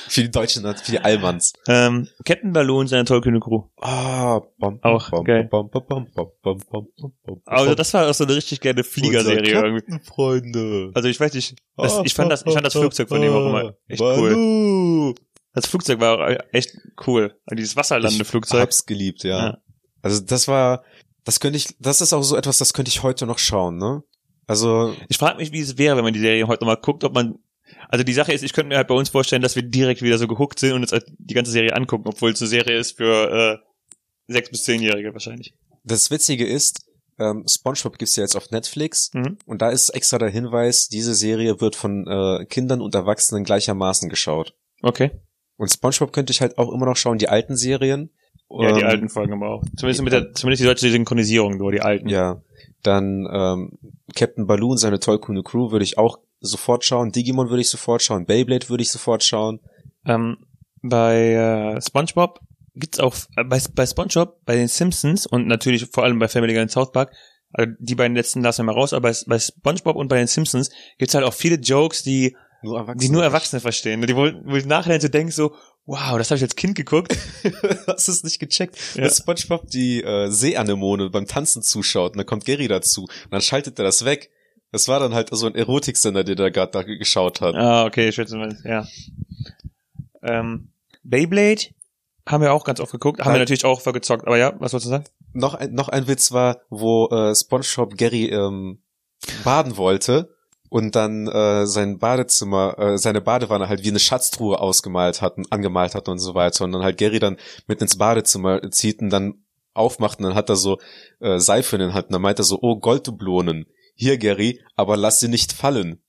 [SPEAKER 3] Für die Deutschen, für die Allmanns.
[SPEAKER 1] Ähm, Kettenballon, seine tollkühne Crew.
[SPEAKER 3] Ah, bom,
[SPEAKER 1] Auch
[SPEAKER 3] bom,
[SPEAKER 1] geil.
[SPEAKER 3] Bom, bom, bom, bom, bom, bom, bom, bom,
[SPEAKER 1] Also das war auch so eine richtig geile Fliegerserie irgendwie.
[SPEAKER 3] Freunde. Ah,
[SPEAKER 1] Also ich weiß nicht, das, ich, fand das, ich fand das Flugzeug von dem auch immer echt cool.
[SPEAKER 3] cool.
[SPEAKER 1] uh, Das Flugzeug war auch echt cool. Also dieses
[SPEAKER 3] Ich
[SPEAKER 1] Wasserlandeflugzeug.
[SPEAKER 3] hab's geliebt, ja.
[SPEAKER 1] Ja.
[SPEAKER 3] Also das war, das könnte ich, das ist auch so etwas, das könnte ich heute noch schauen, ne? Also,
[SPEAKER 1] Ich frage mich, wie es wäre, wenn man die Serie heute nochmal guckt, ob man. Also die Sache ist, ich könnte mir halt bei uns vorstellen, dass wir direkt wieder so gehuckt sind und uns halt die ganze Serie angucken, obwohl es eine Serie ist für äh, sechs bis zehnjährige wahrscheinlich.
[SPEAKER 3] das Witzige ist, ähm, SpongeBob gibt's ja jetzt auf Netflix
[SPEAKER 1] Mhm.
[SPEAKER 3] und da ist extra der Hinweis, diese Serie wird von äh, Kindern und Erwachsenen gleichermaßen geschaut.
[SPEAKER 1] Okay.
[SPEAKER 3] Und SpongeBob könnte ich halt auch immer noch schauen, die alten Serien.
[SPEAKER 1] Ja, die
[SPEAKER 3] Ähm,
[SPEAKER 1] alten Folgen aber auch. Zumindest mit der, zumindest die deutsche Synchronisierung, nur die alten.
[SPEAKER 3] Ja, dann ähm, Captain Baloo und seine tollkühne Crew würde ich auch sofort schauen. Digimon würde ich sofort schauen. Beyblade würde ich sofort schauen.
[SPEAKER 1] Ähm, bei äh, SpongeBob gibt's auch äh, bei, bei SpongeBob, bei den Simpsons und natürlich vor allem bei Family Guy und South Park, also die beiden letzten lassen wir mal raus, aber bei- bei SpongeBob und bei den Simpsons gibt's halt auch viele Jokes, die
[SPEAKER 3] Nur Erwachsene.
[SPEAKER 1] die nur Erwachsene verstehen, die wohl wo im Nachhinein so denken so, wow, das habe ich als Kind geguckt.
[SPEAKER 3] Hast du es nicht gecheckt?
[SPEAKER 1] Ja.
[SPEAKER 3] Dass Spongebob die äh, Seeanemone beim Tanzen zuschaut und dann kommt Gary dazu und dann schaltet er das weg. Das war dann halt so ein Erotiksender, der da gerade da geschaut hat.
[SPEAKER 1] ah, okay, ich schätze mal, ja. Ähm, Beyblade haben wir auch ganz oft geguckt, haben wir
[SPEAKER 3] Nein.
[SPEAKER 1] natürlich auch vergezockt, aber ja, was wolltest du sagen?
[SPEAKER 3] Noch, ein, noch ein Witz war, wo äh, Spongebob Gary ähm, baden wollte und dann äh, sein Badezimmer, äh, seine Badewanne halt wie eine Schatztruhe ausgemalt hat und angemalt hat und so weiter. Und dann halt Gary dann mit ins Badezimmer zieht und dann aufmacht und dann hat er so äh, Seife in den Hand und dann meint er so, oh Golddublonen, hier Gary, aber lass sie nicht fallen.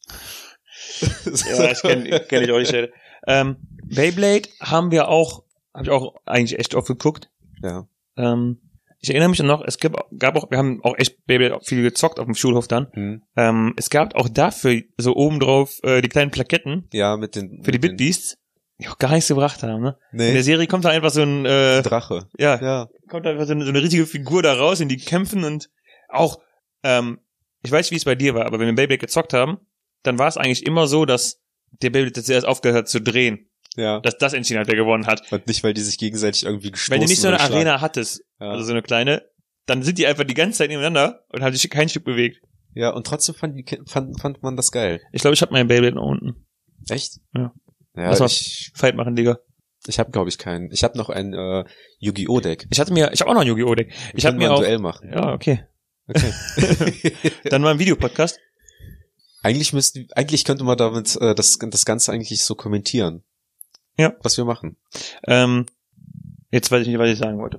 [SPEAKER 1] Ja, ich kenne kenn ich auch die Stelle. Ähm, Beyblade haben wir auch, habe ich auch eigentlich echt oft geguckt.
[SPEAKER 3] Ja.
[SPEAKER 1] Ähm, ich erinnere mich noch, es gab, gab auch, wir haben auch echt Beyblade auch viel gezockt auf dem Schulhof dann.
[SPEAKER 3] Hm.
[SPEAKER 1] Ähm, es gab auch dafür so obendrauf äh, die kleinen Plaketten
[SPEAKER 3] ja, mit den...
[SPEAKER 1] für die
[SPEAKER 3] mit den-
[SPEAKER 1] Bitbeasts, die auch gar nichts gebracht haben. Ne? In der
[SPEAKER 3] Mhm. Nee,
[SPEAKER 1] Serie kommt da einfach so ein, äh,
[SPEAKER 3] Drache.
[SPEAKER 1] ja,
[SPEAKER 3] Ja.
[SPEAKER 1] kommt da einfach so eine, so eine riesige Figur da raus, in die kämpfen und auch, ähm, ich weiß nicht, wie es bei dir war, aber wenn wir Beyblade gezockt haben, dann war es eigentlich immer so, dass der Beyblade zuerst aufgehört hat zu drehen
[SPEAKER 3] Ja.
[SPEAKER 1] dass das entschieden hat, wer gewonnen hat.
[SPEAKER 3] Und nicht, weil die sich gegenseitig irgendwie gestoßen
[SPEAKER 1] Wenn du nicht so eine
[SPEAKER 3] oder geschlagen-
[SPEAKER 1] Arena hattest,
[SPEAKER 3] Ja.
[SPEAKER 1] also so eine kleine, dann sind die einfach die ganze Zeit nebeneinander und haben sich kein Stück bewegt.
[SPEAKER 3] Ja, und trotzdem fand, die, Ki- fand, fand man das geil.
[SPEAKER 1] Ich glaube, ich habe mein Beyblade noch unten.
[SPEAKER 3] Echt?
[SPEAKER 1] Ja.
[SPEAKER 3] Ja,
[SPEAKER 1] Lass mal-
[SPEAKER 3] ich,
[SPEAKER 1] Fight machen, Digga.
[SPEAKER 3] ich habe glaube ich keinen. Ich habe noch ein äh, Yu-Gi-Oh! Deck.
[SPEAKER 1] Ich hatte mir, ich habe auch noch ein Yu-Gi-Oh! Deck. Ich
[SPEAKER 3] Können
[SPEAKER 1] hatte mir
[SPEAKER 3] wir ein
[SPEAKER 1] auch,
[SPEAKER 3] Duell machen.
[SPEAKER 1] ja, okay.
[SPEAKER 3] Okay.
[SPEAKER 1] Dann mal ein Videopodcast.
[SPEAKER 3] eigentlich müssten, eigentlich könnte man damit äh, das, das Ganze eigentlich so kommentieren.
[SPEAKER 1] Ja.
[SPEAKER 3] Was wir machen.
[SPEAKER 1] Ähm, jetzt weiß ich nicht, was ich sagen wollte.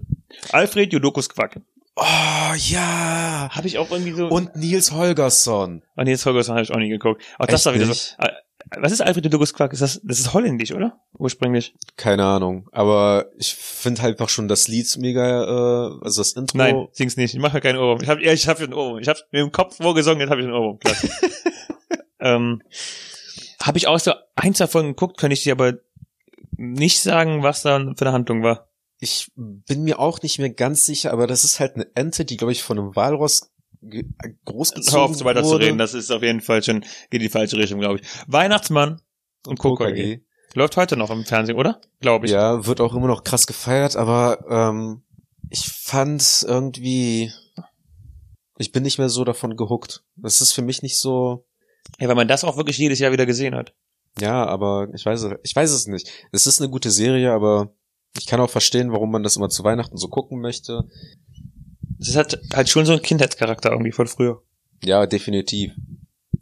[SPEAKER 1] Alfred Jodokus Quack.
[SPEAKER 3] Oh ja.
[SPEAKER 1] Habe ich auch irgendwie so.
[SPEAKER 3] Und Nils Holgersson.
[SPEAKER 1] Ah, nee, das Holgersson habe ich auch nie geguckt. Auch das
[SPEAKER 3] Echt
[SPEAKER 1] war wieder so.
[SPEAKER 3] nicht?
[SPEAKER 1] Ah, Was ist Alfred Jodokus Quack? Ist das, das ist holländisch, oder? Ursprünglich.
[SPEAKER 3] Keine Ahnung. Aber ich finde halt noch schon das Lied mega, äh, also das Intro.
[SPEAKER 1] Nein, sing's nicht. Ich mache ja keinen Ohrwurm. Ich habe ich hab einen Ohrwurm. Ich habe mir im Kopf vorgesungen, jetzt habe ich einen Ohrwurm. Klar. ähm, habe ich auch so ein, zwei Folgen geguckt, könnte ich dir aber nicht sagen, was da für eine Handlung war.
[SPEAKER 3] Ich bin mir auch nicht mehr ganz sicher, aber das ist halt eine Ente, die, glaube ich, von einem Walross ge- großgezogen
[SPEAKER 1] Hör auf, so weiter zu
[SPEAKER 3] wurde.
[SPEAKER 1] reden. ne? Das ist auf jeden Fall schon, geht in die falsche Richtung, glaube ich. Weihnachtsmann und Coca-G.
[SPEAKER 3] KKG.
[SPEAKER 1] Läuft heute noch im Fernsehen, oder? Glaube ich.
[SPEAKER 3] Ja, wird auch immer noch krass gefeiert, aber ähm, ich fand irgendwie, ich bin nicht mehr so davon gehuckt. Das ist für mich nicht so,
[SPEAKER 1] ja, weil man das auch wirklich jedes Jahr wieder gesehen hat.
[SPEAKER 3] ja, aber ich weiß, es- ich weiß es nicht. Es ist eine gute Serie, aber ich kann auch verstehen, warum man das immer zu Weihnachten so gucken möchte.
[SPEAKER 1] Das hat halt schon so einen Kindheitscharakter irgendwie von früher.
[SPEAKER 3] Ja, definitiv.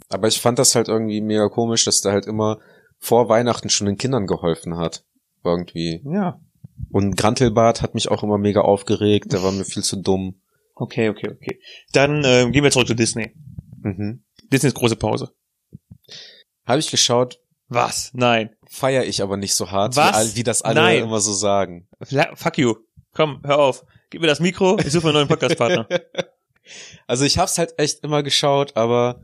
[SPEAKER 3] Aber ich fand das halt irgendwie mega komisch, dass da halt immer vor Weihnachten schon den Kindern geholfen hat. Irgendwie.
[SPEAKER 1] Ja.
[SPEAKER 3] Und Grantelbart hat mich auch immer mega aufgeregt, der war mir viel zu dumm.
[SPEAKER 1] Okay, okay, okay. Dann ähm, gehen wir zurück zu Disney.
[SPEAKER 3] Mhm.
[SPEAKER 1] Disneys große Pause.
[SPEAKER 3] Habe ich geschaut,
[SPEAKER 1] Was? Nein.
[SPEAKER 3] feiere ich aber nicht so hart, wie,
[SPEAKER 1] Was?
[SPEAKER 3] all, wie das alle
[SPEAKER 1] Nein.
[SPEAKER 3] immer so sagen.
[SPEAKER 1] La- Fuck you. Komm, hör auf. Gib mir das Mikro, ich suche mir einen neuen Podcast-Partner.
[SPEAKER 3] Also ich hab's halt echt immer geschaut, aber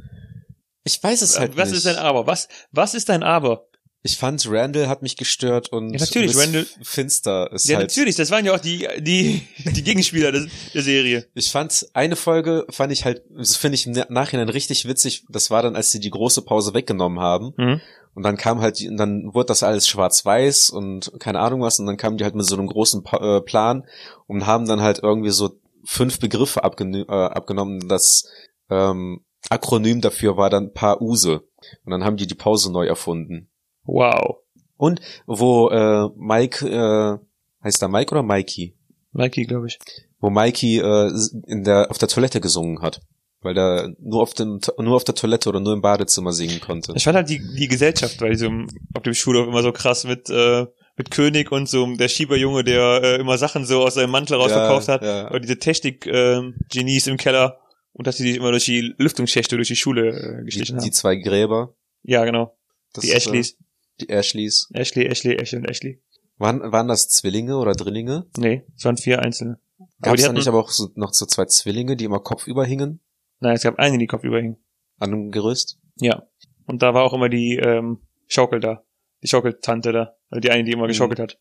[SPEAKER 3] ich weiß es halt
[SPEAKER 1] Äh, was
[SPEAKER 3] nicht.
[SPEAKER 1] ist dein Aber? Was, was ist dein Aber?
[SPEAKER 3] ich fand Randall hat mich gestört und
[SPEAKER 1] Ja, natürlich,
[SPEAKER 3] Miss
[SPEAKER 1] Randall-
[SPEAKER 3] Finster ist
[SPEAKER 1] Ja,
[SPEAKER 3] halt.
[SPEAKER 1] natürlich, das waren ja auch die, die, die Gegenspieler des, der Serie.
[SPEAKER 3] Ich fand eine Folge fand ich halt, das finde ich im Na- Nachhinein richtig witzig. Das war dann, als sie die große Pause weggenommen haben
[SPEAKER 1] Mhm.
[SPEAKER 3] und dann kam halt, die- und dann wurde das alles schwarz-weiß und keine Ahnung was und dann kamen die halt mit so einem großen Pa- äh, Plan und haben dann halt irgendwie so fünf Begriffe abgen äh, abgenommen. Das ähm, Akronym dafür war dann Pause und dann haben die die Pause neu erfunden.
[SPEAKER 1] Wow.
[SPEAKER 3] Wo äh, Mike äh, heißt er Mike oder Mikey?
[SPEAKER 1] Mikey, glaube ich.
[SPEAKER 3] wo Mikey äh, in der auf der Toilette gesungen hat, weil er nur auf dem nur auf der Toilette oder nur im Badezimmer singen konnte.
[SPEAKER 1] Ich fand halt die, die Gesellschaft, weil die so im- auf dem Schulhof immer so krass mit, äh, mit König und so der Schieberjunge, der äh, immer Sachen so aus seinem Mantel rausverkauft hat.
[SPEAKER 3] Ja,
[SPEAKER 1] Aber diese Technik-Genies im Keller und dass sie sich immer durch die Lüftungsschächte durch die Schule äh,
[SPEAKER 3] Die,
[SPEAKER 1] geschlichen
[SPEAKER 3] die
[SPEAKER 1] haben.
[SPEAKER 3] zwei Gräber.
[SPEAKER 1] Ja, genau.
[SPEAKER 3] das
[SPEAKER 1] Die
[SPEAKER 3] ist, äh,
[SPEAKER 1] Ashleys.
[SPEAKER 3] Die Ashleys.
[SPEAKER 1] Ashley, Ashley, Ashley und Ashley.
[SPEAKER 3] Waren, waren das Zwillinge oder Drillinge?
[SPEAKER 1] Nee, es waren vier einzelne.
[SPEAKER 3] Gab
[SPEAKER 1] die
[SPEAKER 3] es da
[SPEAKER 1] hatten-
[SPEAKER 3] nicht aber auch so, noch so zwei Zwillinge, die immer kopfüber hingen
[SPEAKER 1] Nein, es gab eine, die Kopf überhing.
[SPEAKER 3] an einem Gerüst?
[SPEAKER 1] Ja. Und da war auch immer die ähm, Schaukel da. Die Schaukeltante da. Also die eine, die immer
[SPEAKER 3] Mhm.
[SPEAKER 1] geschaukelt hat.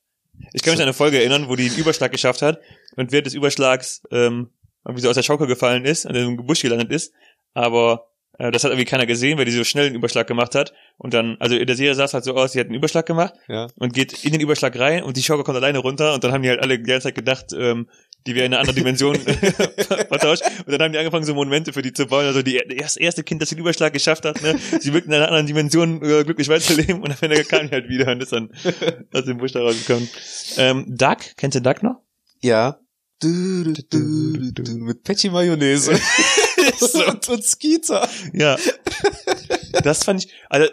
[SPEAKER 1] Ich kann mich an eine Folge erinnern, wo die einen Überschlag geschafft hat und während des Überschlags ähm, irgendwie so aus der Schaukel gefallen ist und in einem Busch gelandet ist. Aber äh, das hat irgendwie keiner gesehen, weil die so schnell einen Überschlag gemacht hat. Und dann, also in der Serie sah es halt so aus, sie hat einen Überschlag gemacht
[SPEAKER 3] Ja.
[SPEAKER 1] und geht in den Überschlag rein und die Schaukel kommt alleine runter und dann haben die halt alle die ganze Zeit gedacht, ähm, die wäre in einer anderen Dimension vertauscht. Und dann haben die angefangen, so Monumente für die zu bauen. Also die, das erste Kind, das den Überschlag geschafft hat, ne, sie wirkt in einer anderen Dimension äh, glücklich weiterzuleben und am Ende kam die halt wieder und ist dann aus dem Busch da rausgekommen. Ähm, Duck, kennst du Duck noch?
[SPEAKER 3] Ja. Du, du, du, du, du, mit Patchy Mayonnaise.
[SPEAKER 1] So.
[SPEAKER 3] und, und Skeeter.
[SPEAKER 1] Ja. Das fand ich, also,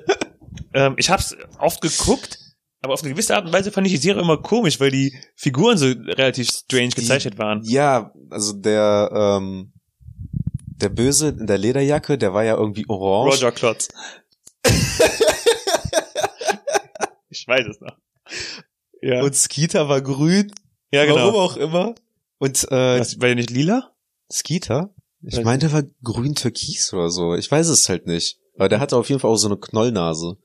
[SPEAKER 1] ähm, ich hab's oft geguckt, aber auf eine gewisse Art und Weise fand ich die Serie immer komisch, weil die Figuren so relativ strange gezeichnet waren.
[SPEAKER 3] Ja, also der, ähm, der Böse in der Lederjacke, der war ja irgendwie orange.
[SPEAKER 1] Roger Klotz. ich weiß es noch. Ja,
[SPEAKER 3] Und Skeeter war grün.
[SPEAKER 1] ja
[SPEAKER 3] Warum
[SPEAKER 1] genau.
[SPEAKER 3] auch immer. Und äh,
[SPEAKER 1] Was, war der nicht lila?
[SPEAKER 3] Skeeter? Ich
[SPEAKER 1] Weiß
[SPEAKER 3] meine, der war grün-türkis oder so. Ich weiß es halt nicht. Aber der hatte auf jeden Fall auch so eine Knollnase.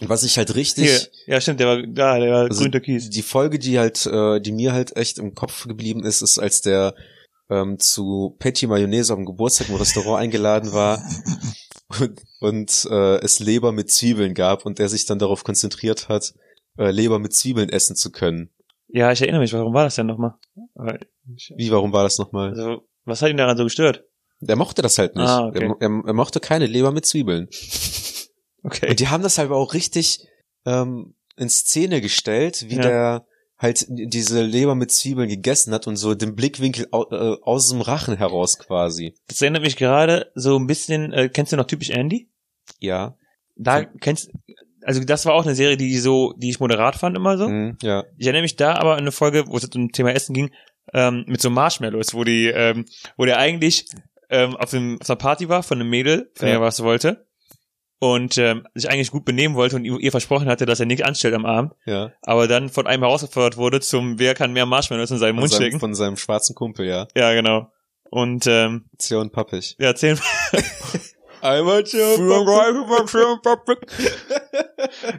[SPEAKER 3] Und was ich halt richtig,
[SPEAKER 1] Hier. Ja, stimmt, der war da, der war
[SPEAKER 3] Also-
[SPEAKER 1] grün-türkis.
[SPEAKER 3] die Folge, die halt, äh, die mir halt echt im Kopf geblieben ist, ist, als der ähm, zu Patty Mayonnaise auf dem Geburtstag im Restaurant eingeladen war und, und äh, es Leber mit Zwiebeln gab und er sich dann darauf konzentriert hat, äh, Leber mit Zwiebeln essen zu können.
[SPEAKER 1] Ja, ich erinnere mich, warum war das denn nochmal? Aber ich-
[SPEAKER 3] Wie, warum war das nochmal?
[SPEAKER 1] Also, was hat ihn daran so gestört?
[SPEAKER 3] Der mochte das halt nicht.
[SPEAKER 1] Ah, okay.
[SPEAKER 3] er, mo- er, er mochte keine Leber mit Zwiebeln.
[SPEAKER 1] Okay.
[SPEAKER 3] Und die haben das halt auch richtig ähm, in Szene gestellt, wie
[SPEAKER 1] Ja.
[SPEAKER 3] der halt diese Leber mit Zwiebeln gegessen hat und so den Blickwinkel au, äh, aus dem Rachen heraus quasi.
[SPEAKER 1] Das erinnert mich gerade so ein bisschen, äh, kennst du noch typisch Andy?
[SPEAKER 3] Ja.
[SPEAKER 1] Da
[SPEAKER 3] Ja.
[SPEAKER 1] kennst also das war auch eine Serie, die so, die ich moderat fand immer so.
[SPEAKER 3] Mhm, ja.
[SPEAKER 1] Ich erinnere mich da aber an eine Folge, wo es um Thema Essen ging, ähm, mit so Marshmallows, wo die, ähm, wo der eigentlich ähm, auf, dem, auf einer Party war von einem Mädel, von der
[SPEAKER 3] Ja.
[SPEAKER 1] er was wollte und ähm, sich eigentlich gut benehmen wollte und ihr ihr versprochen hatte, dass er nichts anstellt am Abend,
[SPEAKER 3] Ja.
[SPEAKER 1] aber dann von einem herausgefordert wurde zum Wer kann mehr Marshmallows in seinen
[SPEAKER 3] Von
[SPEAKER 1] Mund
[SPEAKER 3] seinem,
[SPEAKER 1] stecken.
[SPEAKER 3] von seinem schwarzen Kumpel, ja.
[SPEAKER 1] Ja, genau. Und ähm,
[SPEAKER 3] Zäh und pappig.
[SPEAKER 1] ja, zehn
[SPEAKER 3] Einmal zäh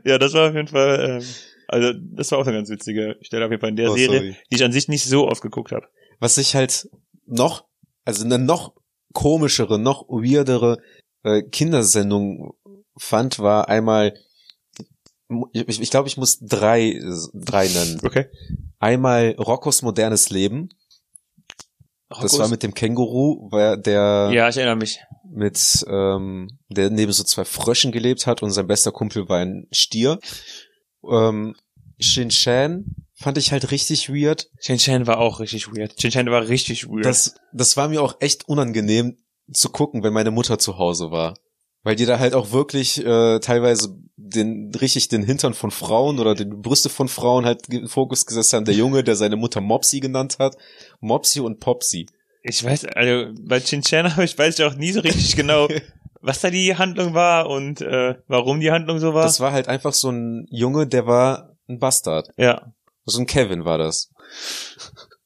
[SPEAKER 1] Ja, das war auf jeden Fall, ähm, also das war auch eine ganz witzige Stelle auf jeden Fall in der
[SPEAKER 3] Oh,
[SPEAKER 1] Serie,
[SPEAKER 3] sorry.
[SPEAKER 1] die ich an sich nicht so oft geguckt habe.
[SPEAKER 3] Was ich halt noch, also eine noch komischere, noch weirdere äh, Kindersendung fand, war einmal, ich, ich glaube, ich muss drei, drei nennen.
[SPEAKER 1] Okay.
[SPEAKER 3] Einmal Roccos modernes Leben. Das war mit dem Känguru, war der
[SPEAKER 1] Oh ja, ich erinnere mich.
[SPEAKER 3] mit ähm, der neben so zwei Fröschen gelebt hat und sein bester Kumpel war ein Stier. Ähm, Shin Chan fand ich halt richtig weird.
[SPEAKER 1] Shin Chan war auch richtig weird. Shin Chan war richtig weird.
[SPEAKER 3] Das, das war mir auch echt unangenehm zu gucken, wenn meine Mutter zu Hause war. Weil die da halt auch wirklich äh, teilweise den richtig den Hintern von Frauen oder den Brüste von Frauen halt in Fokus gesetzt haben. Der Junge, der seine Mutter Mopsy genannt hat. Mopsy und Popsy.
[SPEAKER 1] ich weiß, also bei Shin Chan hab ich weiß ich auch nie so richtig genau, was da die Handlung war und äh, warum die Handlung so war.
[SPEAKER 3] Das war halt einfach so ein Junge, der war ein Bastard.
[SPEAKER 1] ja,
[SPEAKER 3] So ein Kevin war das.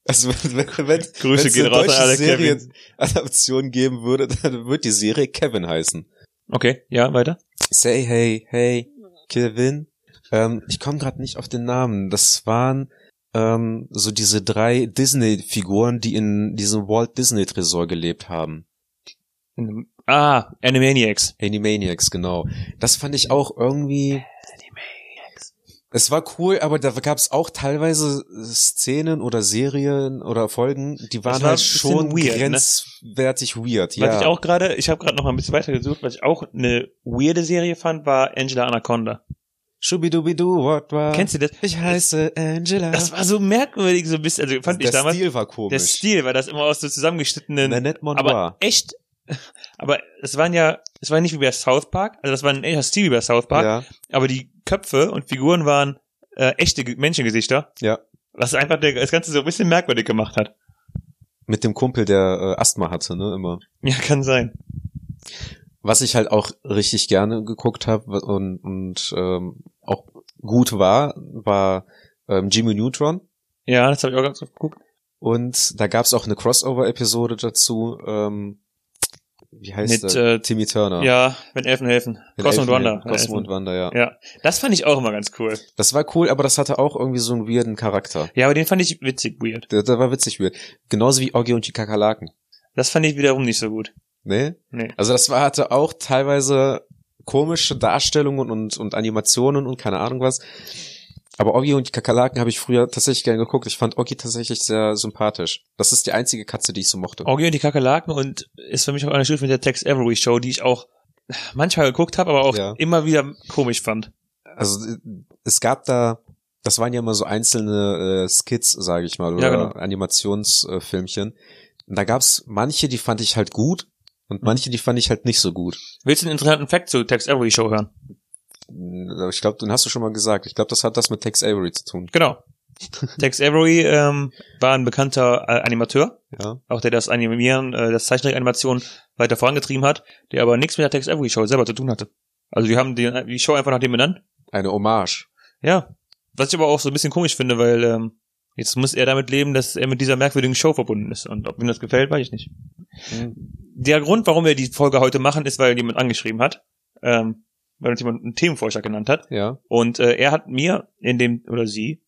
[SPEAKER 3] Also wenn, wenn, wenn
[SPEAKER 1] Grüße
[SPEAKER 3] wenn's
[SPEAKER 1] gehen
[SPEAKER 3] eine
[SPEAKER 1] raus
[SPEAKER 3] deutsche
[SPEAKER 1] an alle
[SPEAKER 3] Serien-
[SPEAKER 1] Kevin.
[SPEAKER 3] Adaption geben würde, dann wird die Serie Kevin heißen.
[SPEAKER 1] Okay, ja, weiter.
[SPEAKER 3] Say hey, hey, Kevin. Ähm, ich komme gerade nicht auf den Namen. Das waren ähm, so diese drei Disney-Figuren, die in diesem Walt Disney-Tresor gelebt haben.
[SPEAKER 1] Ah, Animaniacs.
[SPEAKER 3] Animaniacs, genau. Das fand ich auch irgendwie.
[SPEAKER 1] Animaniacs.
[SPEAKER 3] Es war cool, aber da gab es auch teilweise Szenen oder Serien oder Folgen, die waren
[SPEAKER 1] war
[SPEAKER 3] halt
[SPEAKER 1] ein bisschen
[SPEAKER 3] schon
[SPEAKER 1] weird, ne?
[SPEAKER 3] grenzwertig weird.
[SPEAKER 1] Was
[SPEAKER 3] Ja.
[SPEAKER 1] ich auch gerade, ich habe gerade noch mal ein bisschen weiter gesucht, was ich auch eine weirde Serie fand, war Angela Anaconda.
[SPEAKER 3] Schubidubidu, what war?
[SPEAKER 1] Kennst du das?
[SPEAKER 3] ich heiße Angela.
[SPEAKER 1] Das war so merkwürdig, so ein bisschen, also fand
[SPEAKER 3] der
[SPEAKER 1] ich damals.
[SPEAKER 3] Stil war komisch.
[SPEAKER 1] Der Stil war das immer aus so zusammengeschnittenen,
[SPEAKER 3] Nanette Monoir.
[SPEAKER 1] aber echt, aber es waren ja, es war nicht wie bei South Park, also das war ein echter Stil wie bei South Park,
[SPEAKER 3] Ja,
[SPEAKER 1] aber die Köpfe und Figuren waren äh, echte Ge- Menschengesichter,
[SPEAKER 3] ja.
[SPEAKER 1] was einfach der, das Ganze so ein bisschen merkwürdig gemacht hat.
[SPEAKER 3] Mit dem Kumpel, der äh, Asthma hatte, ne, immer.
[SPEAKER 1] Ja, kann sein.
[SPEAKER 3] Was ich halt auch richtig gerne geguckt habe und, und ähm, auch gut war, war ähm, Jimmy Neutron.
[SPEAKER 1] Ja, das habe ich auch ganz oft geguckt.
[SPEAKER 3] Und da gab's auch eine Crossover-Episode dazu. Ähm, wie heißt
[SPEAKER 1] Mit,
[SPEAKER 3] der?
[SPEAKER 1] äh,
[SPEAKER 3] Timmy Turner.
[SPEAKER 1] Ja, wenn Elfen helfen.
[SPEAKER 3] Mit
[SPEAKER 1] Cosmo und
[SPEAKER 3] Elfen-
[SPEAKER 1] Wanda.
[SPEAKER 3] Cosmo und Wanda, ja.
[SPEAKER 1] Ja, das fand ich auch immer ganz cool.
[SPEAKER 3] Das war cool, aber das hatte auch irgendwie so einen weirden Charakter.
[SPEAKER 1] Ja, aber den fand ich witzig, weird.
[SPEAKER 3] Der, der war witzig weird. Genauso wie Oggi und die Kakerlaken.
[SPEAKER 1] Das fand ich wiederum nicht so gut.
[SPEAKER 3] Ne?
[SPEAKER 1] Nee.
[SPEAKER 3] Also das war, hatte auch teilweise komische Darstellungen und, und Animationen und keine Ahnung was. Aber Oggi und die Kakerlaken habe ich früher tatsächlich gern geguckt. Ich fand Oggi tatsächlich sehr sympathisch. Das ist die einzige Katze, die ich so mochte.
[SPEAKER 1] Orgie und die Kakerlaken und ist für mich auch eine Stufe mit der Tex Avery Show, die ich auch manchmal geguckt habe, aber auch
[SPEAKER 3] Ja.
[SPEAKER 1] immer wieder komisch fand.
[SPEAKER 3] Also äh, es gab da, das waren ja immer so einzelne äh, Skits, sage ich mal, oder
[SPEAKER 1] genau.
[SPEAKER 3] Animationsfilmchen. Und da gab's manche, die fand ich halt gut
[SPEAKER 1] Mhm.
[SPEAKER 3] und manche, die fand ich halt nicht so gut.
[SPEAKER 1] Willst du einen interessanten Fact zu Tex Avery Show hören?
[SPEAKER 3] Äh, Ich glaube, den hast du schon mal gesagt. Ich glaube, das hat das mit Tex Avery zu tun.
[SPEAKER 1] Genau. Tex Avery ähm, war ein bekannter äh, Animateur,
[SPEAKER 3] Ja.
[SPEAKER 1] auch der das Animieren, äh, das Zeichentrickanimation weiter vorangetrieben hat, der aber nichts mit der Tex Avery Show selber zu tun hatte. Also die haben die, die Show einfach nach dem benannt.
[SPEAKER 3] Eine Hommage.
[SPEAKER 1] Ja. Was ich aber auch so ein bisschen komisch finde, weil ähm, jetzt muss er damit leben, dass er mit dieser merkwürdigen Show verbunden ist. Und ob ihm das gefällt, weiß ich nicht. Mhm. der Grund, warum wir die Folge heute machen, ist, weil jemand angeschrieben hat, ähm, weil uns jemand einen Themenvorschlag genannt hat.
[SPEAKER 3] Ja.
[SPEAKER 1] Und äh, er hat mir in dem, oder sie,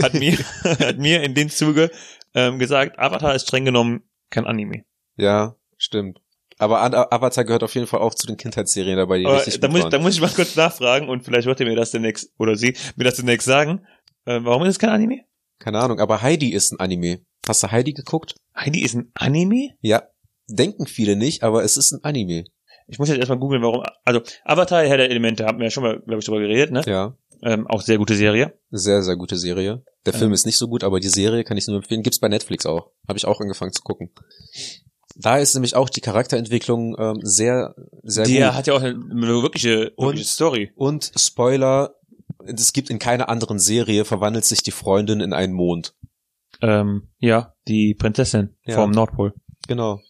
[SPEAKER 1] hat mir, hat mir in dem Zuge ähm, gesagt, Avatar ist streng genommen kein Anime.
[SPEAKER 3] Ja, stimmt. Aber An- Avatar gehört auf jeden Fall auch zu den Kindheitsserien dabei, die
[SPEAKER 1] Aber,
[SPEAKER 3] richtig
[SPEAKER 1] da,
[SPEAKER 3] gut
[SPEAKER 1] muss ich,
[SPEAKER 3] waren.
[SPEAKER 1] da muss ich mal kurz nachfragen und vielleicht wird er mir das demnächst, oder sie, mir das demnächst sagen. Äh, warum ist es kein Anime?
[SPEAKER 3] Keine Ahnung, aber Heidi ist ein Anime. Hast du Heidi geguckt?
[SPEAKER 1] Heidi ist ein Anime?
[SPEAKER 3] Ja. denken viele nicht, aber es ist ein Anime.
[SPEAKER 1] Ich muss jetzt erstmal googeln, warum. Also, Avatar, Herr der Elemente, haben wir ja schon mal, glaube ich, drüber geredet, ne?
[SPEAKER 3] Ja.
[SPEAKER 1] Ähm, auch sehr gute Serie.
[SPEAKER 3] Sehr, sehr gute Serie. Der Film ist nicht so gut, aber die Serie kann ich nur empfehlen. Gibt's bei Netflix auch. Habe ich auch angefangen zu gucken. Da ist nämlich auch die Charakterentwicklung ähm, sehr, sehr
[SPEAKER 1] Die
[SPEAKER 3] gut.
[SPEAKER 1] hat ja auch eine, eine wirkliche,
[SPEAKER 3] Und-
[SPEAKER 1] wirkliche Story.
[SPEAKER 3] Und Spoiler, es gibt in keiner anderen Serie, verwandelt sich die Freundin in einen Mond.
[SPEAKER 1] Ähm, ja, die Prinzessin
[SPEAKER 3] Ja.
[SPEAKER 1] vom Nordpol.
[SPEAKER 3] Genau.